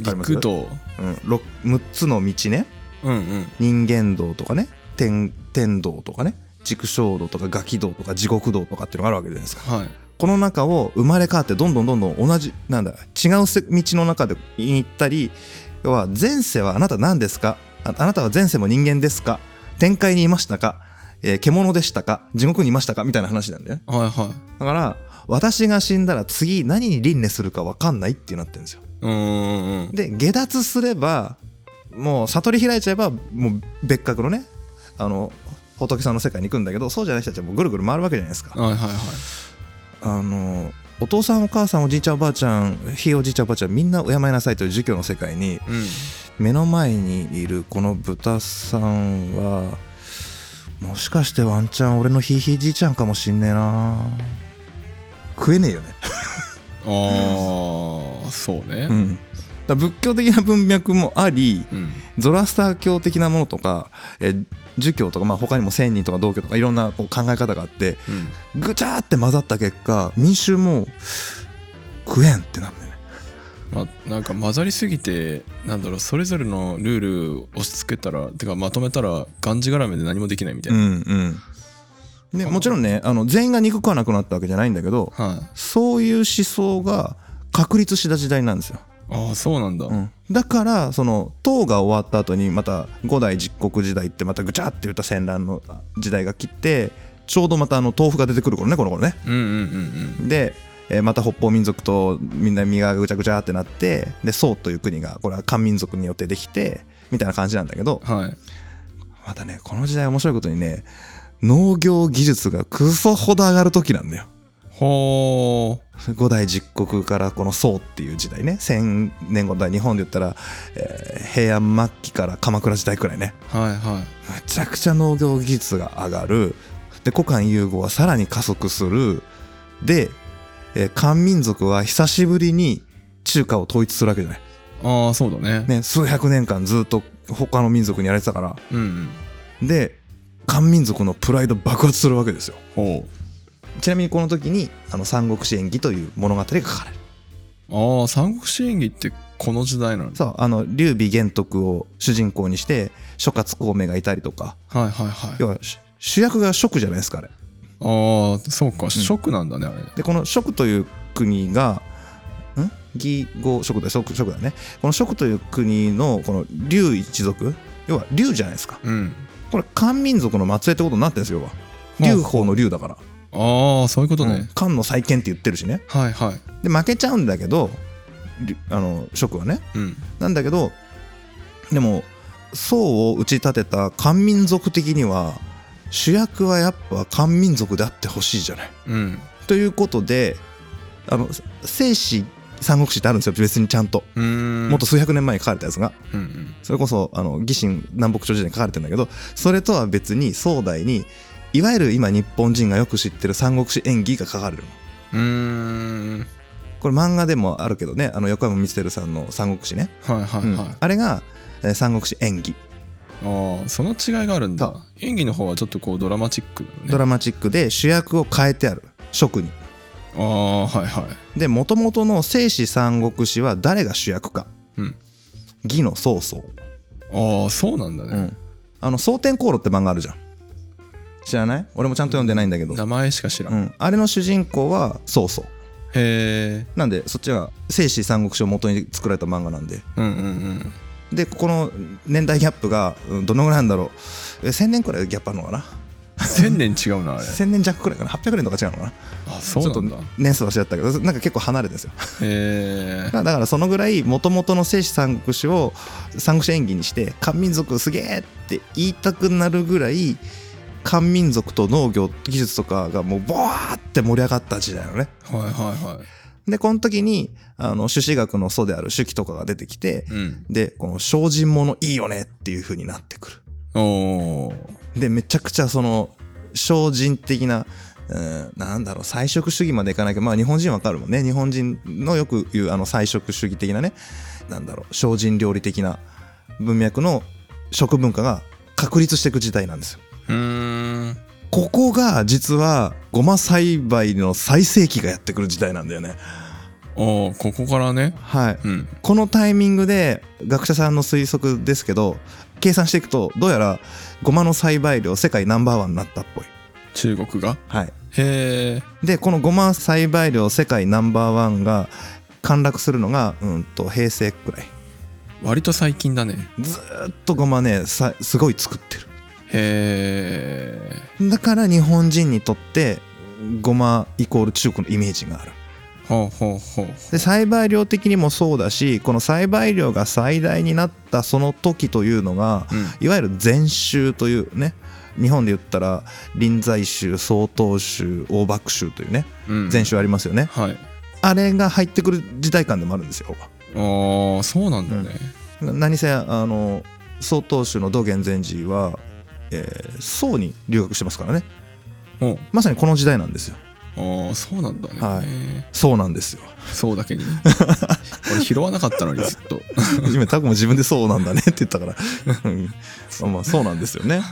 Speaker 2: あります
Speaker 1: 陸道
Speaker 2: うん、ろ6つの道ね
Speaker 1: うんうん
Speaker 2: 人間道とかね天天道とかね畜生道とかガキ道とか地獄道とかっていうのがあるわけじゃないですか
Speaker 1: はい
Speaker 2: この中を生まれ変わってどんどんどんどん同じなんだ違うせ道の中で行ったり要は前世はあなた何ですかああなたは前世も人間ですか天界にいましたか、えー獣でしたか地獄にいましたかみたいな話なんだよね
Speaker 1: はいは
Speaker 2: だから私が死んだら次何に輪廻するか分かんないってなってるんですよ
Speaker 1: いうーんうん
Speaker 2: で下脱すればもう悟り開いちゃえばもう別格のねあの仏さんの世界に行くんだけどそうじゃない人たちはもうぐるぐる回るわけじゃないですか
Speaker 1: はいはいはい
Speaker 2: あのお父さんお母さんおじいちゃんおばあちゃんひいおじいちゃんおばあちゃんみんな敬いなさいという儒教の世界に
Speaker 1: うん
Speaker 2: 目の前にいるこの豚さんはもしかしてワンチャン俺のひいひいじいちゃんかもしんねえな食えねえよね、
Speaker 1: ああそうね
Speaker 2: うん、だから仏教的な文脈もあり
Speaker 1: うん
Speaker 2: ゾラスター教的なものとか、えー儒教とか、まあ、他にも仙人とか道教とかいろんなこう考え方があって
Speaker 1: うん
Speaker 2: ぐちゃーって混ざった結果民衆も食えんってなんだよね
Speaker 1: ま、なんか混ざりすぎてなんだろうそれぞれのルールを押し付けたらてかまとめたらがんじがらめで何もできないみたいうな、
Speaker 2: んうん、でもちろんねあの全員が肉食わなくなったわけじゃないんだけど
Speaker 1: はい、
Speaker 2: そういう思想が確立した時代なんですよ、
Speaker 1: ああそうなんだ、
Speaker 2: うん、だからその唐が終わった後にまた五代十国時代ってまたぐちゃって言った戦乱の時代が来てちょうどまたあの豆腐が出てくる頃ねこの頃ね
Speaker 1: うんうんうん
Speaker 2: で、えーまた北方民族とみんな身がぐちゃぐちゃってなってで宋という国がこれは漢民族によってできてみたいな感じなんだけど
Speaker 1: うんはい
Speaker 2: またねこの時代面白いことにね農業技術がクソほど上がる時なんだよ
Speaker 1: ほう
Speaker 2: 五代十国からこの宋っていう時代ね千年後だ日本で言ったら、えー平安末期から鎌倉時代くらいね
Speaker 1: はいは
Speaker 2: むちゃくちゃ農業技術が上がるで古漢融合はさらに加速するで、えー漢民族は久しぶりに中華を統一するわけじゃない、
Speaker 1: いああそうだね
Speaker 2: ね、数百年間ずっと他の民族にやられてたから
Speaker 1: うんうん
Speaker 2: で漢民族のプライド爆発するわけですよ
Speaker 1: ほう
Speaker 2: ちなみにこの時にあの三国志演義という物語が書かれる
Speaker 1: ああ三国志演義ってこの時代なんだ
Speaker 2: そうあの劉備玄徳を主人公にして諸葛孔明がいたりとか
Speaker 1: はいはいはい
Speaker 2: 要は主主役が蜀じゃないですかあれ
Speaker 1: ああそうか食なんだねあれ
Speaker 2: でこの蜀という国がん義語蜀だ蜀蜀だねこの蜀という国のこの劉一族要は劉じゃないですか
Speaker 1: うん
Speaker 2: これ漢民族の末裔ってことになってるんですよ要は劉邦の劉だから、
Speaker 1: ああそういうこと
Speaker 2: う
Speaker 1: ね、
Speaker 2: ん漢の再建って言ってるしね
Speaker 1: はいはい
Speaker 2: で負けちゃうんだけど劉あの蜀はね
Speaker 1: うん
Speaker 2: なんだけどでも宋を打ち立てた漢民族的には主役はやっぱ漢民族であってほしいじゃない
Speaker 1: うん
Speaker 2: ということであの正史三国志ってあるんですよ別にちゃんと、
Speaker 1: うーん
Speaker 2: もっと数百年前に書かれたやつが
Speaker 1: うんうん
Speaker 2: それこそあの義神南北朝時代に書かれてるんだけどそれとは別に宋代にいわゆる今日本人がよく知ってる三国志演義が書かれるの
Speaker 1: うーん
Speaker 2: これ漫画でもあるけどねあの横山光輝さんの三国志ね、
Speaker 1: はいはいはい、
Speaker 2: うんあれが、えー三国志演義
Speaker 1: ああその違いがあるんだ
Speaker 2: そ
Speaker 1: 演技の方はちょっとこうドラマチックだよね
Speaker 2: ドラマチックで主役を変えてある職に
Speaker 1: ああはいはい
Speaker 2: で元々の正史三国志は誰が主役か
Speaker 1: うん
Speaker 2: 義の曹操
Speaker 1: ああそうなんだ
Speaker 2: う
Speaker 1: ね、
Speaker 2: ん、あの「蒼天航路」って漫画あるじゃん知らない俺もちゃんと読んでないんだけど、
Speaker 1: 名前しか知らん、
Speaker 2: うん、あれの主人公は曹操
Speaker 1: へえ
Speaker 2: なんでそっちは正史三国志を元に作られた漫画なんで
Speaker 1: うんうんうん
Speaker 2: でここの年代ギャップがうんどのぐらいなんだろうえ1000年くらいギャップあるのかな
Speaker 1: 千年違うなあれ
Speaker 2: 1000年弱くらいかな800年とか違うのかな
Speaker 1: あそうなん
Speaker 2: ちょ
Speaker 1: だ
Speaker 2: っと年数忘れちゃったけどなんか結構離れてるんですよ
Speaker 1: へえ
Speaker 2: だからそのぐらい元々の正史三国志を三国志演義にして漢民族すげえって言いたくなるぐらい漢民族と農業技術とかがもうボワーって盛り上がった時代なのね。
Speaker 1: はいはいは
Speaker 2: でこの時にあの朱子学の祖である朱熹とかが出てきて
Speaker 1: いうん
Speaker 2: でこの精進物いいよねっていう風になってくる。
Speaker 1: おお
Speaker 2: でめちゃくちゃその精進的な、うん、なんだろう菜食主義までいかないけどまあ日本人わかるもんね日本人のよく言うあの菜食主義的なねなんだろう精進料理的な文脈の食文化が確立していく時代なんですよ。
Speaker 1: うーん
Speaker 2: ここが実はごま栽培の最盛期がやってくる時代なんだよね。
Speaker 1: おここからね
Speaker 2: はい、
Speaker 1: うん
Speaker 2: このタイミングで学者さんの推測ですけど計算していくとどうやらごまの栽培量世界ナンバーワンになったっぽい、
Speaker 1: 中国が
Speaker 2: はい、
Speaker 1: へえ
Speaker 2: でこのごま栽培量世界ナンバーワンが陥落するのが、うん、と平成くらい
Speaker 1: 割と最近だね
Speaker 2: ずーっとごまねさすごい作って
Speaker 1: へえ
Speaker 2: るだから日本人にとってごまイコール中国のイメージがある
Speaker 1: ほうほうほう
Speaker 2: で栽培量的にもそうだしこの栽培量が最大になったその時というのが
Speaker 1: うん
Speaker 2: いわゆる禅宗というね日本で言ったら臨済宗曹洞宗大幕宗というね
Speaker 1: うん
Speaker 2: 禅宗ありますよね、
Speaker 1: はい
Speaker 2: あれが入ってくる時代感でもあるんですよ
Speaker 1: ああそうなんだね、
Speaker 2: な何せあの曹洞宗の道元禅師は、えー宋に留学してますからね
Speaker 1: おう
Speaker 2: まさにこの時代なんですよ
Speaker 1: ああそうなんだね、
Speaker 2: はそうなんですよ *laughs*
Speaker 1: そうだ *laughs* けに俺拾わなかったのにずっと
Speaker 2: 今タコも自分でそうなんだねって言ったから、 *laughs* うんまあまあそうなんですよね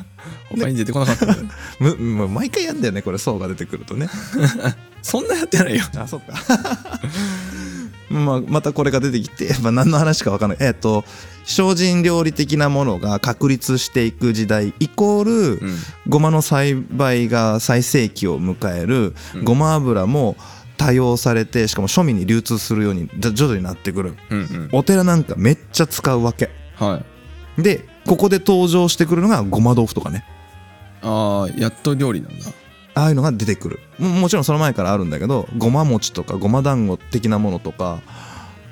Speaker 1: 他に出てこなかったんだよ
Speaker 2: むむ毎回やんだよねこれ層が出てくるとね
Speaker 1: *laughs* そんなやってないよ
Speaker 2: あそっか *laughs* まあまたこれが出てきて、まあ、何の話か分かんないえっ、と精進料理的なものが確立していく時代イコール
Speaker 1: ん
Speaker 2: ごまの栽培が最盛期を迎える
Speaker 1: うん
Speaker 2: ごま油も多用されてしかも庶民に流通するようにじゃ徐々になってくる
Speaker 1: うんうん
Speaker 2: お寺なんかめっちゃ使うわけ
Speaker 1: はい
Speaker 2: でここで登場してくるのがごま豆腐とかね
Speaker 1: ああやっと料理なんだ
Speaker 2: ああいうのが出てくるももちろんその前からあるんだけどごま餅とかごま団子的なものとか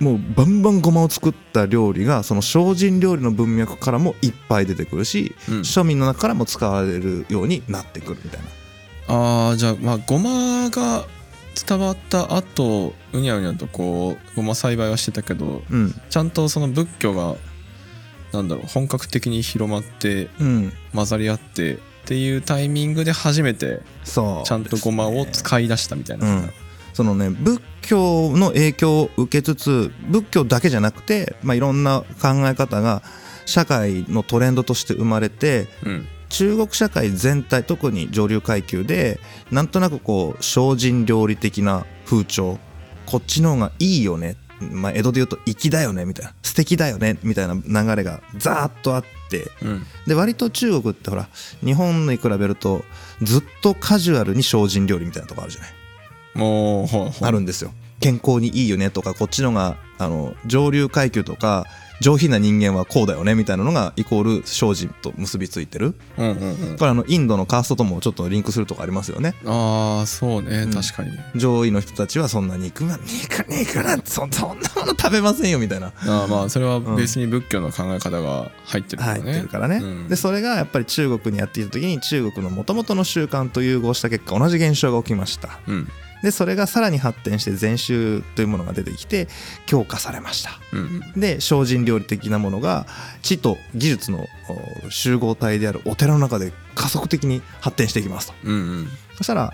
Speaker 2: もうバンバンごまを作った料理がその精進料理の文脈からもいっぱい出てくるし、
Speaker 1: うん
Speaker 2: 庶民の中からも使われるようになってくるみたいな
Speaker 1: ああじゃあまあごまが伝わった後うにゃうにゃとこうごま栽培はしてたけど
Speaker 2: うん
Speaker 1: ちゃんとその仏教がなんだろう本格的に広まって
Speaker 2: うん
Speaker 1: 混ざり合ってっていうタイミングで初めて
Speaker 2: そう
Speaker 1: ちゃんとごまを使い出したみたいな、
Speaker 2: うんそのね仏教の影響を受けつつ仏教だけじゃなくて、まあ、いろんな考え方が社会のトレンドとして生まれて
Speaker 1: うん
Speaker 2: 中国社会全体特に上流階級でなんとなくこう精進料理的な風潮こっちの方がいいよね、まあ、江戸で言うと粋だよねみたいな素敵だよねみたいな流れがザーッとあって
Speaker 1: うん
Speaker 2: で割と中国ってほら日本に比べるとずっとカジュアルに精進料理みたいなとこあるじゃない
Speaker 1: もうほうほう
Speaker 2: あるんですよ健康にいいよねとかこっちのがあの上流階級とか上品な人間はこうだよねみたいなのがイコール精進と結びついてる
Speaker 1: うんうんうん
Speaker 2: これあのインドのカーストともちょっとリンクするとこありますよね
Speaker 1: ああそうね、
Speaker 2: うん
Speaker 1: 確かに
Speaker 2: 上位の人たちはそんな肉が肉肉なんてそそんなもの食べませんよみたいな
Speaker 1: あーまあそれはベースに仏教の考え方が入ってるから
Speaker 2: 入
Speaker 1: ね、
Speaker 2: ってるからね、
Speaker 1: うん
Speaker 2: でそれがやっぱり中国にやっていた時に中国の元々の習慣と融合した結果同じ現象が起きました
Speaker 1: うん
Speaker 2: でそれがさらに発展して禅宗というものが出てきて強化されました
Speaker 1: うん
Speaker 2: で精進料理的なものが知と技術のお集合体であるお寺の中で加速的に発展していきますと
Speaker 1: うんうん
Speaker 2: そしたら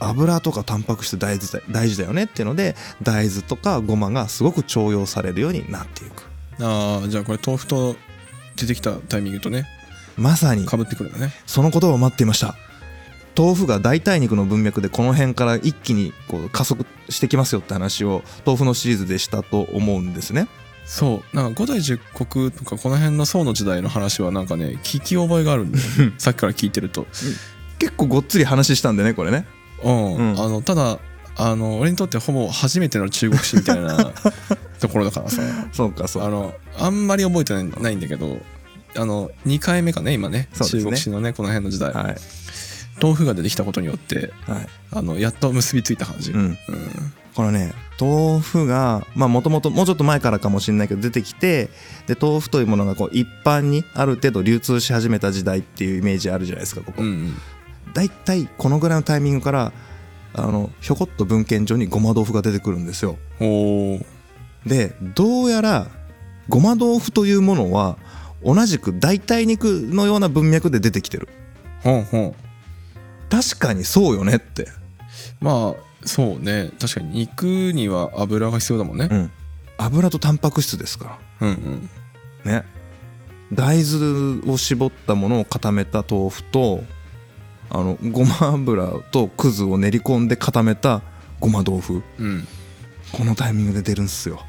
Speaker 2: 油とかタンパク質大事だ大事だよねっていうので大豆とかごまがすごく重用されるようになっていく
Speaker 1: ああじゃあこれ豆腐と出てきたタイミングとね
Speaker 2: まさに
Speaker 1: かぶってくるんだね
Speaker 2: その言葉を待っていました豆腐が代替肉の文脈でこの辺から一気にこう加速してきますよって話を豆腐のシリーズでしたと思うんですね
Speaker 1: そうなんか五代十国とかこの辺の宋の時代の話はなんかね聞き覚えがあるんだよ *laughs* さっきから聞いてると
Speaker 2: 結構ごっつり話したんでねこれね
Speaker 1: うん、
Speaker 2: うん
Speaker 1: あのただあの俺にとってほぼ初めての中国史みたい
Speaker 2: *laughs*
Speaker 1: なところだからさ
Speaker 2: そうかそう
Speaker 1: あのあんまり覚えてないないんだけどあの2回目かね今ね
Speaker 2: そうですね
Speaker 1: 中国史のねこの辺の時代、
Speaker 2: はい
Speaker 1: 豆腐が出てきたことによって
Speaker 2: はい
Speaker 1: あのやっと結びついた感じ、
Speaker 2: うん
Speaker 1: うん
Speaker 2: このね豆腐がまあもともともうちょっと前からかもしれないけど出てきてで豆腐というものがこう一般にある程度流通し始めた時代っていうイメージあるじゃないですかここ、
Speaker 1: うんうん
Speaker 2: だいたいこのぐらいのタイミングからあのひょこっと文献上にごま豆腐が出てくるんですよ
Speaker 1: おー
Speaker 2: でどうやらごま豆腐というものは同じく代替肉のような文脈で出てきてる
Speaker 1: ほんほん
Speaker 2: 確かにそうよねって、
Speaker 1: まあそうね確かに肉には油が必要だもんね
Speaker 2: うん、油とタンパク質ですから
Speaker 1: うんうん
Speaker 2: ね大豆を絞ったものを固めた豆腐とあのごま油とくずを練り込んで固めたごま豆腐
Speaker 1: うん
Speaker 2: このタイミングで出るんすよ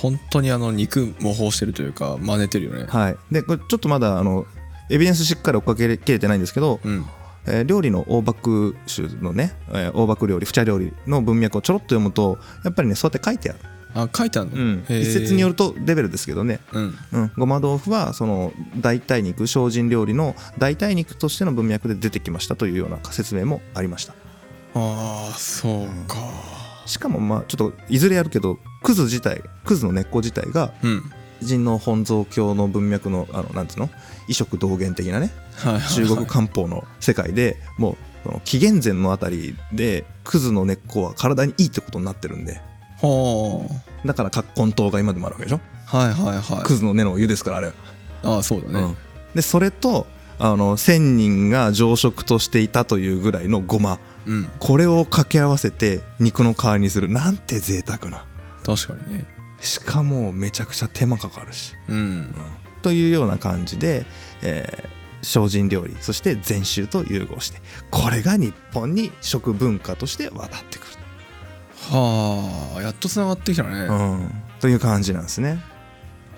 Speaker 1: 本当にあの肉模倣してるというか真似てるよね、
Speaker 2: はいでこれちょっとまだあのエビデンスしっかり追っかけきれてないんですけど、
Speaker 1: うん
Speaker 2: えー料理の大爆酒のね、えー大爆料理不茶料理の文脈をちょろっと読むとやっぱりねそうやって書いてある、
Speaker 1: あ書いてあるの、
Speaker 2: 一説によ
Speaker 1: る
Speaker 2: るとレベルですけどね
Speaker 1: うん
Speaker 2: うん、ごま豆腐はその代替肉精進料理の代替肉としての文脈で出てきましたというような説明もありました
Speaker 1: ああそうか
Speaker 2: しかもまあちょっといずれやるけどクズ自体クズの根っこ自体が
Speaker 1: うん
Speaker 2: 人の本草教の文脈のあのなんつうの異色同源的な *laughs* ね
Speaker 1: はいはいはい
Speaker 2: 中国漢方の世界でもうその紀元前のあたりでクズの根っこは体にいいってことになってるんで
Speaker 1: ほ
Speaker 2: だから葛根湯が今でもあるわけでしょ
Speaker 1: うはいはいはい
Speaker 2: クズの根のお湯ですからあれ
Speaker 1: ああそうだね、
Speaker 2: でそれとあの1,000人が常食としていたというぐらいのごま
Speaker 1: うん、
Speaker 2: これを掛け合わせて肉の代わりにするなんて贅沢な
Speaker 1: 確かにね
Speaker 2: しかもめちゃくちゃ手間かかるし、
Speaker 1: うん
Speaker 2: うんというような感じで、えー精進料理そして禅宗と融合してこれが日本に食文化として渡ってくる、
Speaker 1: はあやっとつながってきたね、
Speaker 2: うん、という感じなんですね。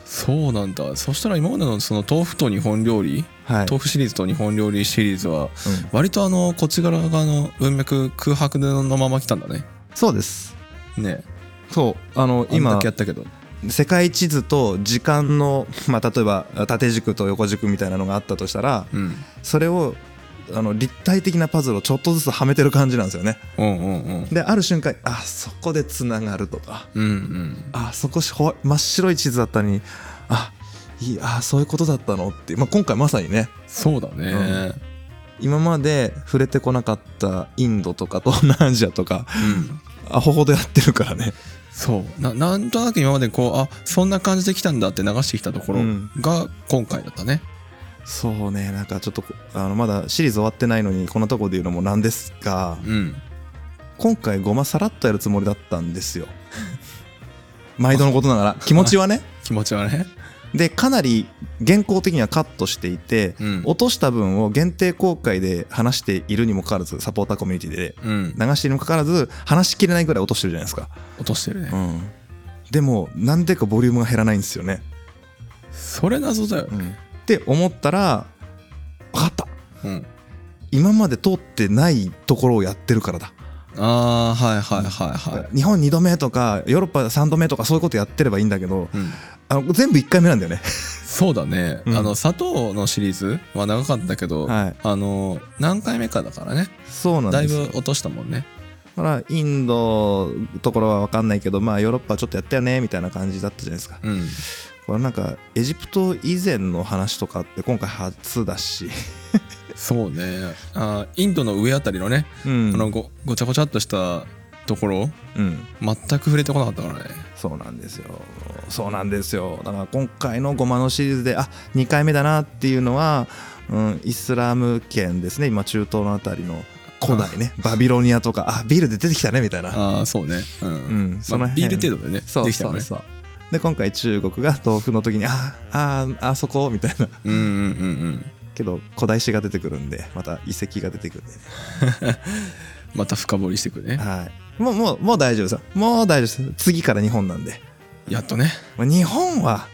Speaker 1: そうなんだそしたら今までのその豆腐と日本料理、
Speaker 2: はい、
Speaker 1: 豆腐シリーズと日本料理シリーズは
Speaker 2: うん
Speaker 1: 割とあのこっち側側の文脈空白のまま来たんだね
Speaker 2: そうです
Speaker 1: ね
Speaker 2: そうあの
Speaker 1: 今だ
Speaker 2: 今
Speaker 1: けやったけど
Speaker 2: 世界地図と時間の、まあ、例えば縦軸と横軸みたいなのがあったとしたら
Speaker 1: うん
Speaker 2: それをあの立体的なパズルをちょっとずつはめてる感じなんですよね。
Speaker 1: うんうんうん
Speaker 2: である瞬間あそこでつながるとか
Speaker 1: うんうん
Speaker 2: あそこしほわ真っ白い地図だったのにあいいあそういうことだったのっていう、まあ、今回まさにね
Speaker 1: そうだね、
Speaker 2: うん今まで触れてこなかったインドと *laughs* か東南アジアとか
Speaker 1: うん
Speaker 2: アホほどやってるからね。
Speaker 1: そうななんとなく今までこうあそんな感じで来たんだって流してきたところ
Speaker 2: うん
Speaker 1: が今回だったね、
Speaker 2: そうねなんかちょっとあのまだシリーズ終わってないのにこんなとこで言うのもなんですが。
Speaker 1: うん、
Speaker 2: 今回ごまさらっとやるつもりだったんですよ毎度のことながら気持ちはね
Speaker 1: 気持ちはね
Speaker 2: でかなり現行的にはカットしていて、
Speaker 1: うん
Speaker 2: 落とした分を限定公開で話しているにもかかわらずサポーターコミュニティで
Speaker 1: うん
Speaker 2: 流しているにもかかわらず話しきれないぐらい落としてるじゃないですか、
Speaker 1: 落としてるね、
Speaker 2: うんでもなんでかボリュームが減らないんですよね、
Speaker 1: それ謎だよ
Speaker 2: う、んって思ったら分かった
Speaker 1: うん、
Speaker 2: 今まで通ってないところをやってるからだ
Speaker 1: ああはいはいはいはい、
Speaker 2: 日本2度目とかヨーロッパ3度目とかそういうことやってればいいんだけど
Speaker 1: うん、
Speaker 2: あの全部1回目なんだよね
Speaker 1: そうだね、
Speaker 2: うん
Speaker 1: あの砂糖のシリーズは長かったけど、
Speaker 2: はい
Speaker 1: あの何回目かだからね
Speaker 2: そうなん
Speaker 1: だい
Speaker 2: です
Speaker 1: ぶ
Speaker 2: よ
Speaker 1: 落としたもんね
Speaker 2: だからインドところは分かんないけどまあヨーロッパはちょっとやったよねみたいな感じだったじゃないですか
Speaker 1: うん
Speaker 2: これなんかエジプト以前の話とかって今回初
Speaker 1: *laughs*
Speaker 2: だし、
Speaker 1: そうねあーインドの上あたりのね、
Speaker 2: うん
Speaker 1: あのごごちゃごちゃっとしたところ
Speaker 2: うん、
Speaker 1: 全く触れてこなかったからね
Speaker 2: そうなんですよそうなんですよだから今回のゴマのシリーズであ2回目だなっていうのは、うん、イスラム圏ですね今中東のあたりの古代ねバビロニアとかあビールで出てきたねみたいな
Speaker 1: ああそうねうん、
Speaker 2: うんその
Speaker 1: まあ、ビ
Speaker 2: 辺
Speaker 1: ール程度でね
Speaker 2: そう
Speaker 1: できた
Speaker 2: そう
Speaker 1: ね
Speaker 2: そうで今回中国が豆腐の時にああああそこみたいな *laughs*
Speaker 1: うんうんうんうん
Speaker 2: けど古代史が出てくるんでまた遺跡が出てく
Speaker 1: *laughs*
Speaker 2: るんで、ね、
Speaker 1: また深掘りしてくね
Speaker 2: はいもうもうもう大丈夫ですよもう大丈夫です次から日本なんで
Speaker 1: やっとね
Speaker 2: まあ日本は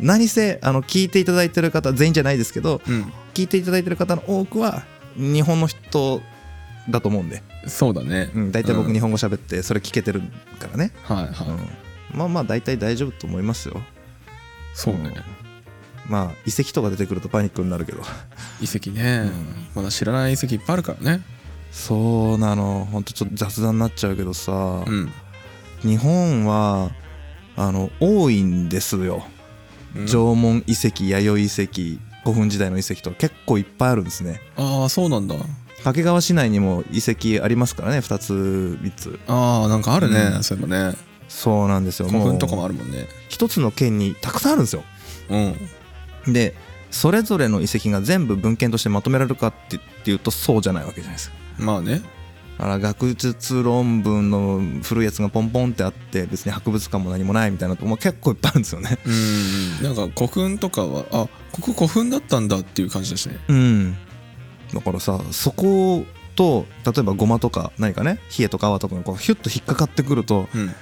Speaker 2: 何せあの聞いていただいてる方全員じゃないですけど
Speaker 1: うん
Speaker 2: 聞いていただいてる方の多くは日本の人だと思うんで、
Speaker 1: そうだね、
Speaker 2: うん、大体
Speaker 1: う
Speaker 2: 僕
Speaker 1: ん
Speaker 2: 日本語喋ってそれ聞けてるからね、
Speaker 1: はいはい、
Speaker 2: うん、まあまあ大体大丈夫と思いますよ
Speaker 1: そうね、
Speaker 2: うんまあ遺跡とか出てくるとパニックになるけど
Speaker 1: 遺跡ね、
Speaker 2: うん
Speaker 1: まだ知らない遺跡いっぱいあるからね
Speaker 2: そうなのほんとちょっと雑談になっちゃうけどさ、
Speaker 1: うん
Speaker 2: 日本はあの多いんですよ、縄文遺跡弥生遺跡古墳時代の遺跡とか結構いっぱいあるんですね
Speaker 1: ああそうなんだ
Speaker 2: 掛川市内にも遺跡ありますからね2つ3つ
Speaker 1: ああなんかあるね、
Speaker 2: うん
Speaker 1: そういえばね
Speaker 2: そうなんですよ
Speaker 1: 古
Speaker 2: もう
Speaker 1: 墳とかもあるもんね
Speaker 2: 一つの県にたくさんあるんですよ
Speaker 1: うん
Speaker 2: でそれぞれの遺跡が全部文献としてまとめられるかってっていうとそうじゃないわけじゃないですか
Speaker 1: まあね
Speaker 2: あら学術論文の古いやつがポンポンってあって別に博物館も何もないみたいなとこも結構いっぱいあるんですよね。
Speaker 1: うんなんか古墳とかはあここ古墳だったんだっていう感じだしね
Speaker 2: うん、だからさそこと例えばゴマとか何かね冷えとか泡とかがこうヒュッと引っかかってくると
Speaker 1: うん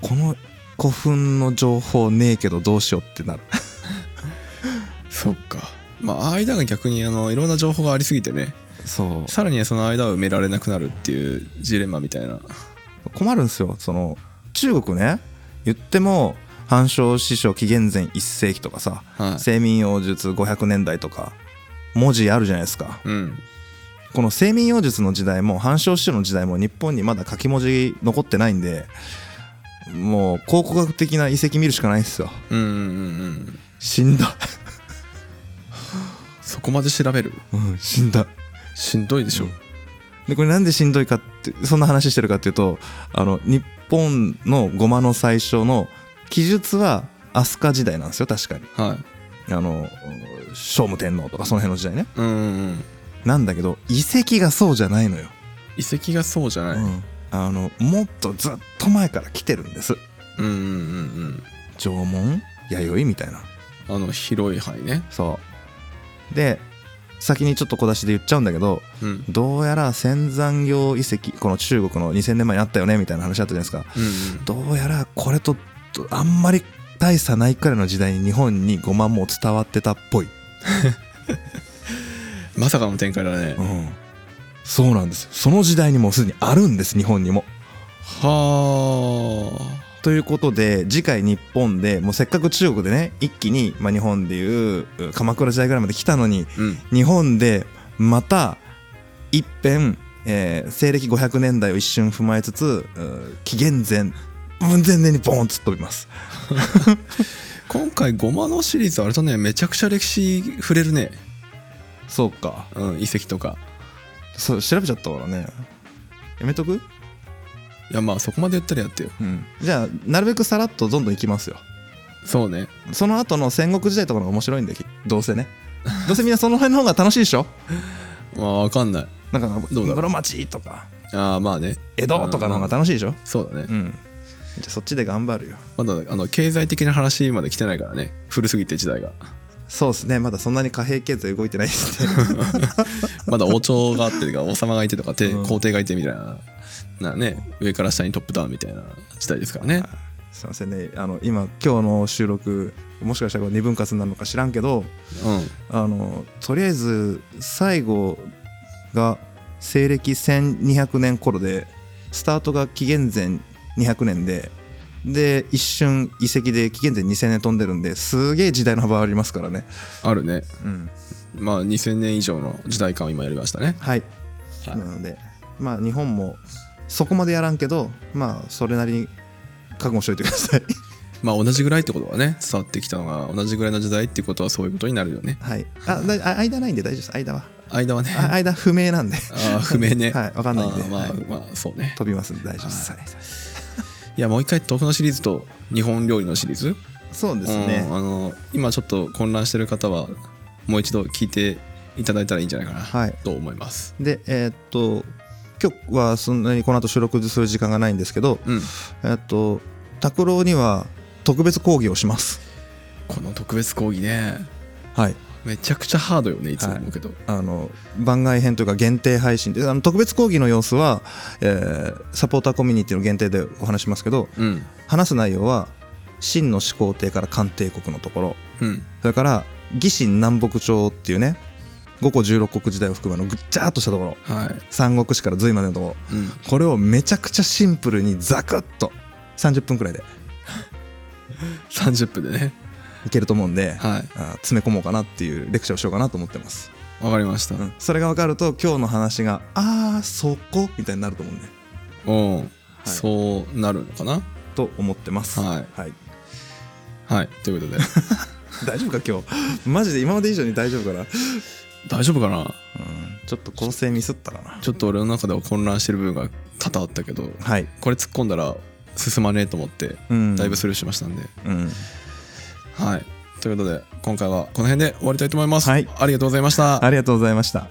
Speaker 2: この古墳の情報ねえけどどうしようってなる
Speaker 1: そっかまあ間が逆にあのいろんな情報がありすぎてね
Speaker 2: *laughs* そう
Speaker 1: さらにその間を埋められなくなるっていうジレンマみたいな
Speaker 2: 困るんですよその中国ね言っても藩商師匠紀元前1世紀とかさ
Speaker 1: はい
Speaker 2: 清民謡術500年代とか文字あるじゃないですか
Speaker 1: うん
Speaker 2: この清民謡術の時代も藩商師匠の時代も日本にまだ書き文字残ってないんでもう考古学的な遺跡見るしかないんですよ
Speaker 1: うんうんうんうん
Speaker 2: 死んだ、 *laughs*
Speaker 1: そこまで調べる
Speaker 2: うん、死んだ
Speaker 1: しんどいでしょ、
Speaker 2: でこれなんでしんどいかってそんな話してるかっていうとあの日本のゴマの最初の記述は飛鳥時代なんですよ確かに
Speaker 1: はい
Speaker 2: あの聖武天皇とかその辺の時代ね
Speaker 1: うんうんうん
Speaker 2: なんだけど遺跡がそうじゃないのよ、
Speaker 1: 遺跡がそうじゃない、
Speaker 2: うんあのもっとずっと前から来てるんです
Speaker 1: うん、うんうん
Speaker 2: 縄文弥生みたいな
Speaker 1: うんあの広い範囲ね
Speaker 2: そうで先にちょっと小出しで言っちゃうんだけど
Speaker 1: うんうん
Speaker 2: どうやら仙山行遺跡この中国の2000年前にあったよねみたいな話あったじゃないですか
Speaker 1: うん
Speaker 2: どうやらこれとどあんまり大差ないくらいの時代に日本に5万も伝わってたっぽい、
Speaker 1: まさかの展開だね、
Speaker 2: ん、そうなんですよその時代にもうすでにあるんです日本にも
Speaker 1: はあ
Speaker 2: ということで次回日本でもうせっかく中国でね一気に、まあ、日本でいうう鎌倉時代ぐらいまで来たのに
Speaker 1: うん
Speaker 2: 日本でまた一遍、えー西暦500年代を一瞬踏まえつつう紀元前うん前年にボーンと飛びます
Speaker 1: 今回ゴマのシリーズあれだねめちゃくちゃ歴史触れるね、
Speaker 2: そうか
Speaker 1: うん、遺跡とか
Speaker 2: そう調べちゃったからねやめとく
Speaker 1: いやまあそこまで言ったらやってよ
Speaker 2: じゃあなるべくさらっとどんどんいきますよ
Speaker 1: そうね
Speaker 2: その後の戦国時代とかの方が面白いんでどうせ *laughs* ねどうせみんなその辺の方が楽しいでしょ
Speaker 1: まあわかんない
Speaker 2: なんか
Speaker 1: どうだろう
Speaker 2: 室町とか
Speaker 1: ああまあね
Speaker 2: 江戸とかの方が楽しいでしょ
Speaker 1: そうだね
Speaker 2: うんじゃあそっちで頑張るよ
Speaker 1: まだあの経済的な話まで来てないからね古すぎて時代が
Speaker 2: そうですねまだそんなに貨幣経済動いてないですね
Speaker 1: まだ王朝があってとか王様がいてとかて
Speaker 2: うん
Speaker 1: 皇帝がいてみたいななね上から下にトップダウンみたいな時代ですからね
Speaker 2: すいませんねあの今今日の収録もしかしたらこれ二分割になるのか知らんけど
Speaker 1: うん
Speaker 2: あのとりあえず最後が西暦1200年頃でスタートが紀元前200年でで一瞬遺跡で紀元前2000年飛んでるんですげえ時代の幅ありますからね、
Speaker 1: あるね
Speaker 2: うん、
Speaker 1: まあ2000年以上の時代感を今やりましたね
Speaker 2: はい、
Speaker 1: はい
Speaker 2: なのでまあ日本もそこまでやらんけどまあそれなりに覚悟しといてください *laughs*
Speaker 1: まあ同じぐらいってことはね伝わってきたのが同じぐらいの時代っていうことはそういうことになるよね
Speaker 2: はいあだあ間ないんで大丈夫です間は
Speaker 1: 間はね
Speaker 2: あ間不明なんで
Speaker 1: あー不明ね
Speaker 2: *laughs* はいわかんないんで
Speaker 1: あーまあ
Speaker 2: はい
Speaker 1: まあそうね
Speaker 2: 飛びますんで大丈夫です、はい
Speaker 1: いやもう一回豆腐のシリーズと日本料理のシリーズ
Speaker 2: そうですね
Speaker 1: うんあの今ちょっと混乱してる方はもう一度聞いていただいたらいいんじゃないかな、
Speaker 2: はい
Speaker 1: と思います
Speaker 2: でえーっと今日はそんなにこの後収録する時間がないんですけど
Speaker 1: うん
Speaker 2: えーっと拓郎には特別講義をします
Speaker 1: この特別講義ね
Speaker 2: はい
Speaker 1: めちゃくちゃハードよねいつも思うけど、
Speaker 2: あの番外編というか限定配信であの特別講義の様子は、えーサポーターコミュニティの限定でお話しますけど
Speaker 1: うん
Speaker 2: 話す内容は秦の始皇帝から漢帝国のところ
Speaker 1: うん
Speaker 2: それから魏晋南北朝っていうね五胡十六国時代を含むあのぐっちゃーっとしたところ
Speaker 1: は
Speaker 2: 三国志から隋までのところ
Speaker 1: い、うん、
Speaker 2: これをめちゃくちゃシンプルにザクッと30分くらいで
Speaker 1: 30分でね
Speaker 2: いけると思うんで、
Speaker 1: はい
Speaker 2: あー詰め込もうかなっていうレクチャーをしようかなと思ってます、
Speaker 1: わかりました、
Speaker 2: うんそれが分かると今日の話があーそこみたいになると思うんで
Speaker 1: うん、
Speaker 2: い
Speaker 1: そうなるのかな
Speaker 2: と思ってます
Speaker 1: はいはいという
Speaker 2: *laughs*
Speaker 1: ことで
Speaker 2: 大丈夫か今日 *laughs* マジで今まで以上に大丈夫かな、うん、
Speaker 1: 大丈夫かな
Speaker 2: ちょっと構成ミスったかな
Speaker 1: ちょっと俺の中では混乱してる部分が多々あったけど
Speaker 2: はい、
Speaker 1: これ突っ込んだら進まねえと思って
Speaker 2: うん
Speaker 1: だいぶスルーしましたんで、
Speaker 2: うん
Speaker 1: はいということで今回はこの辺で終わりたいと思います、
Speaker 2: はい
Speaker 1: ありがとうございました
Speaker 2: ありがとうございました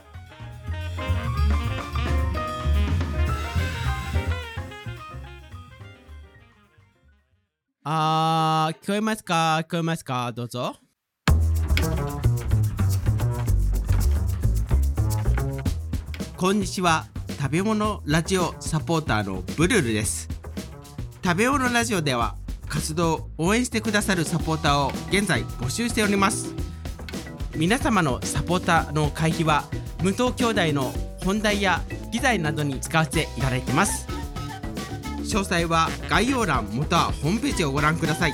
Speaker 3: あー、聞こえますか聞こえますかどうぞ。こんにちは。食べ物ラジオサポーターのブルルです。食べおろラジオでは活動を応援してくださるサポーターを現在募集しております皆様のサポーターの会費は無糖兄弟の本題や機材などに使わせていただいてます詳細は概要欄またはホームページをご覧ください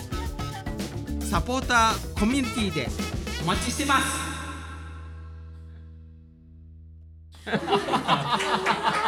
Speaker 3: サポーターコミュニティでお待ちしてます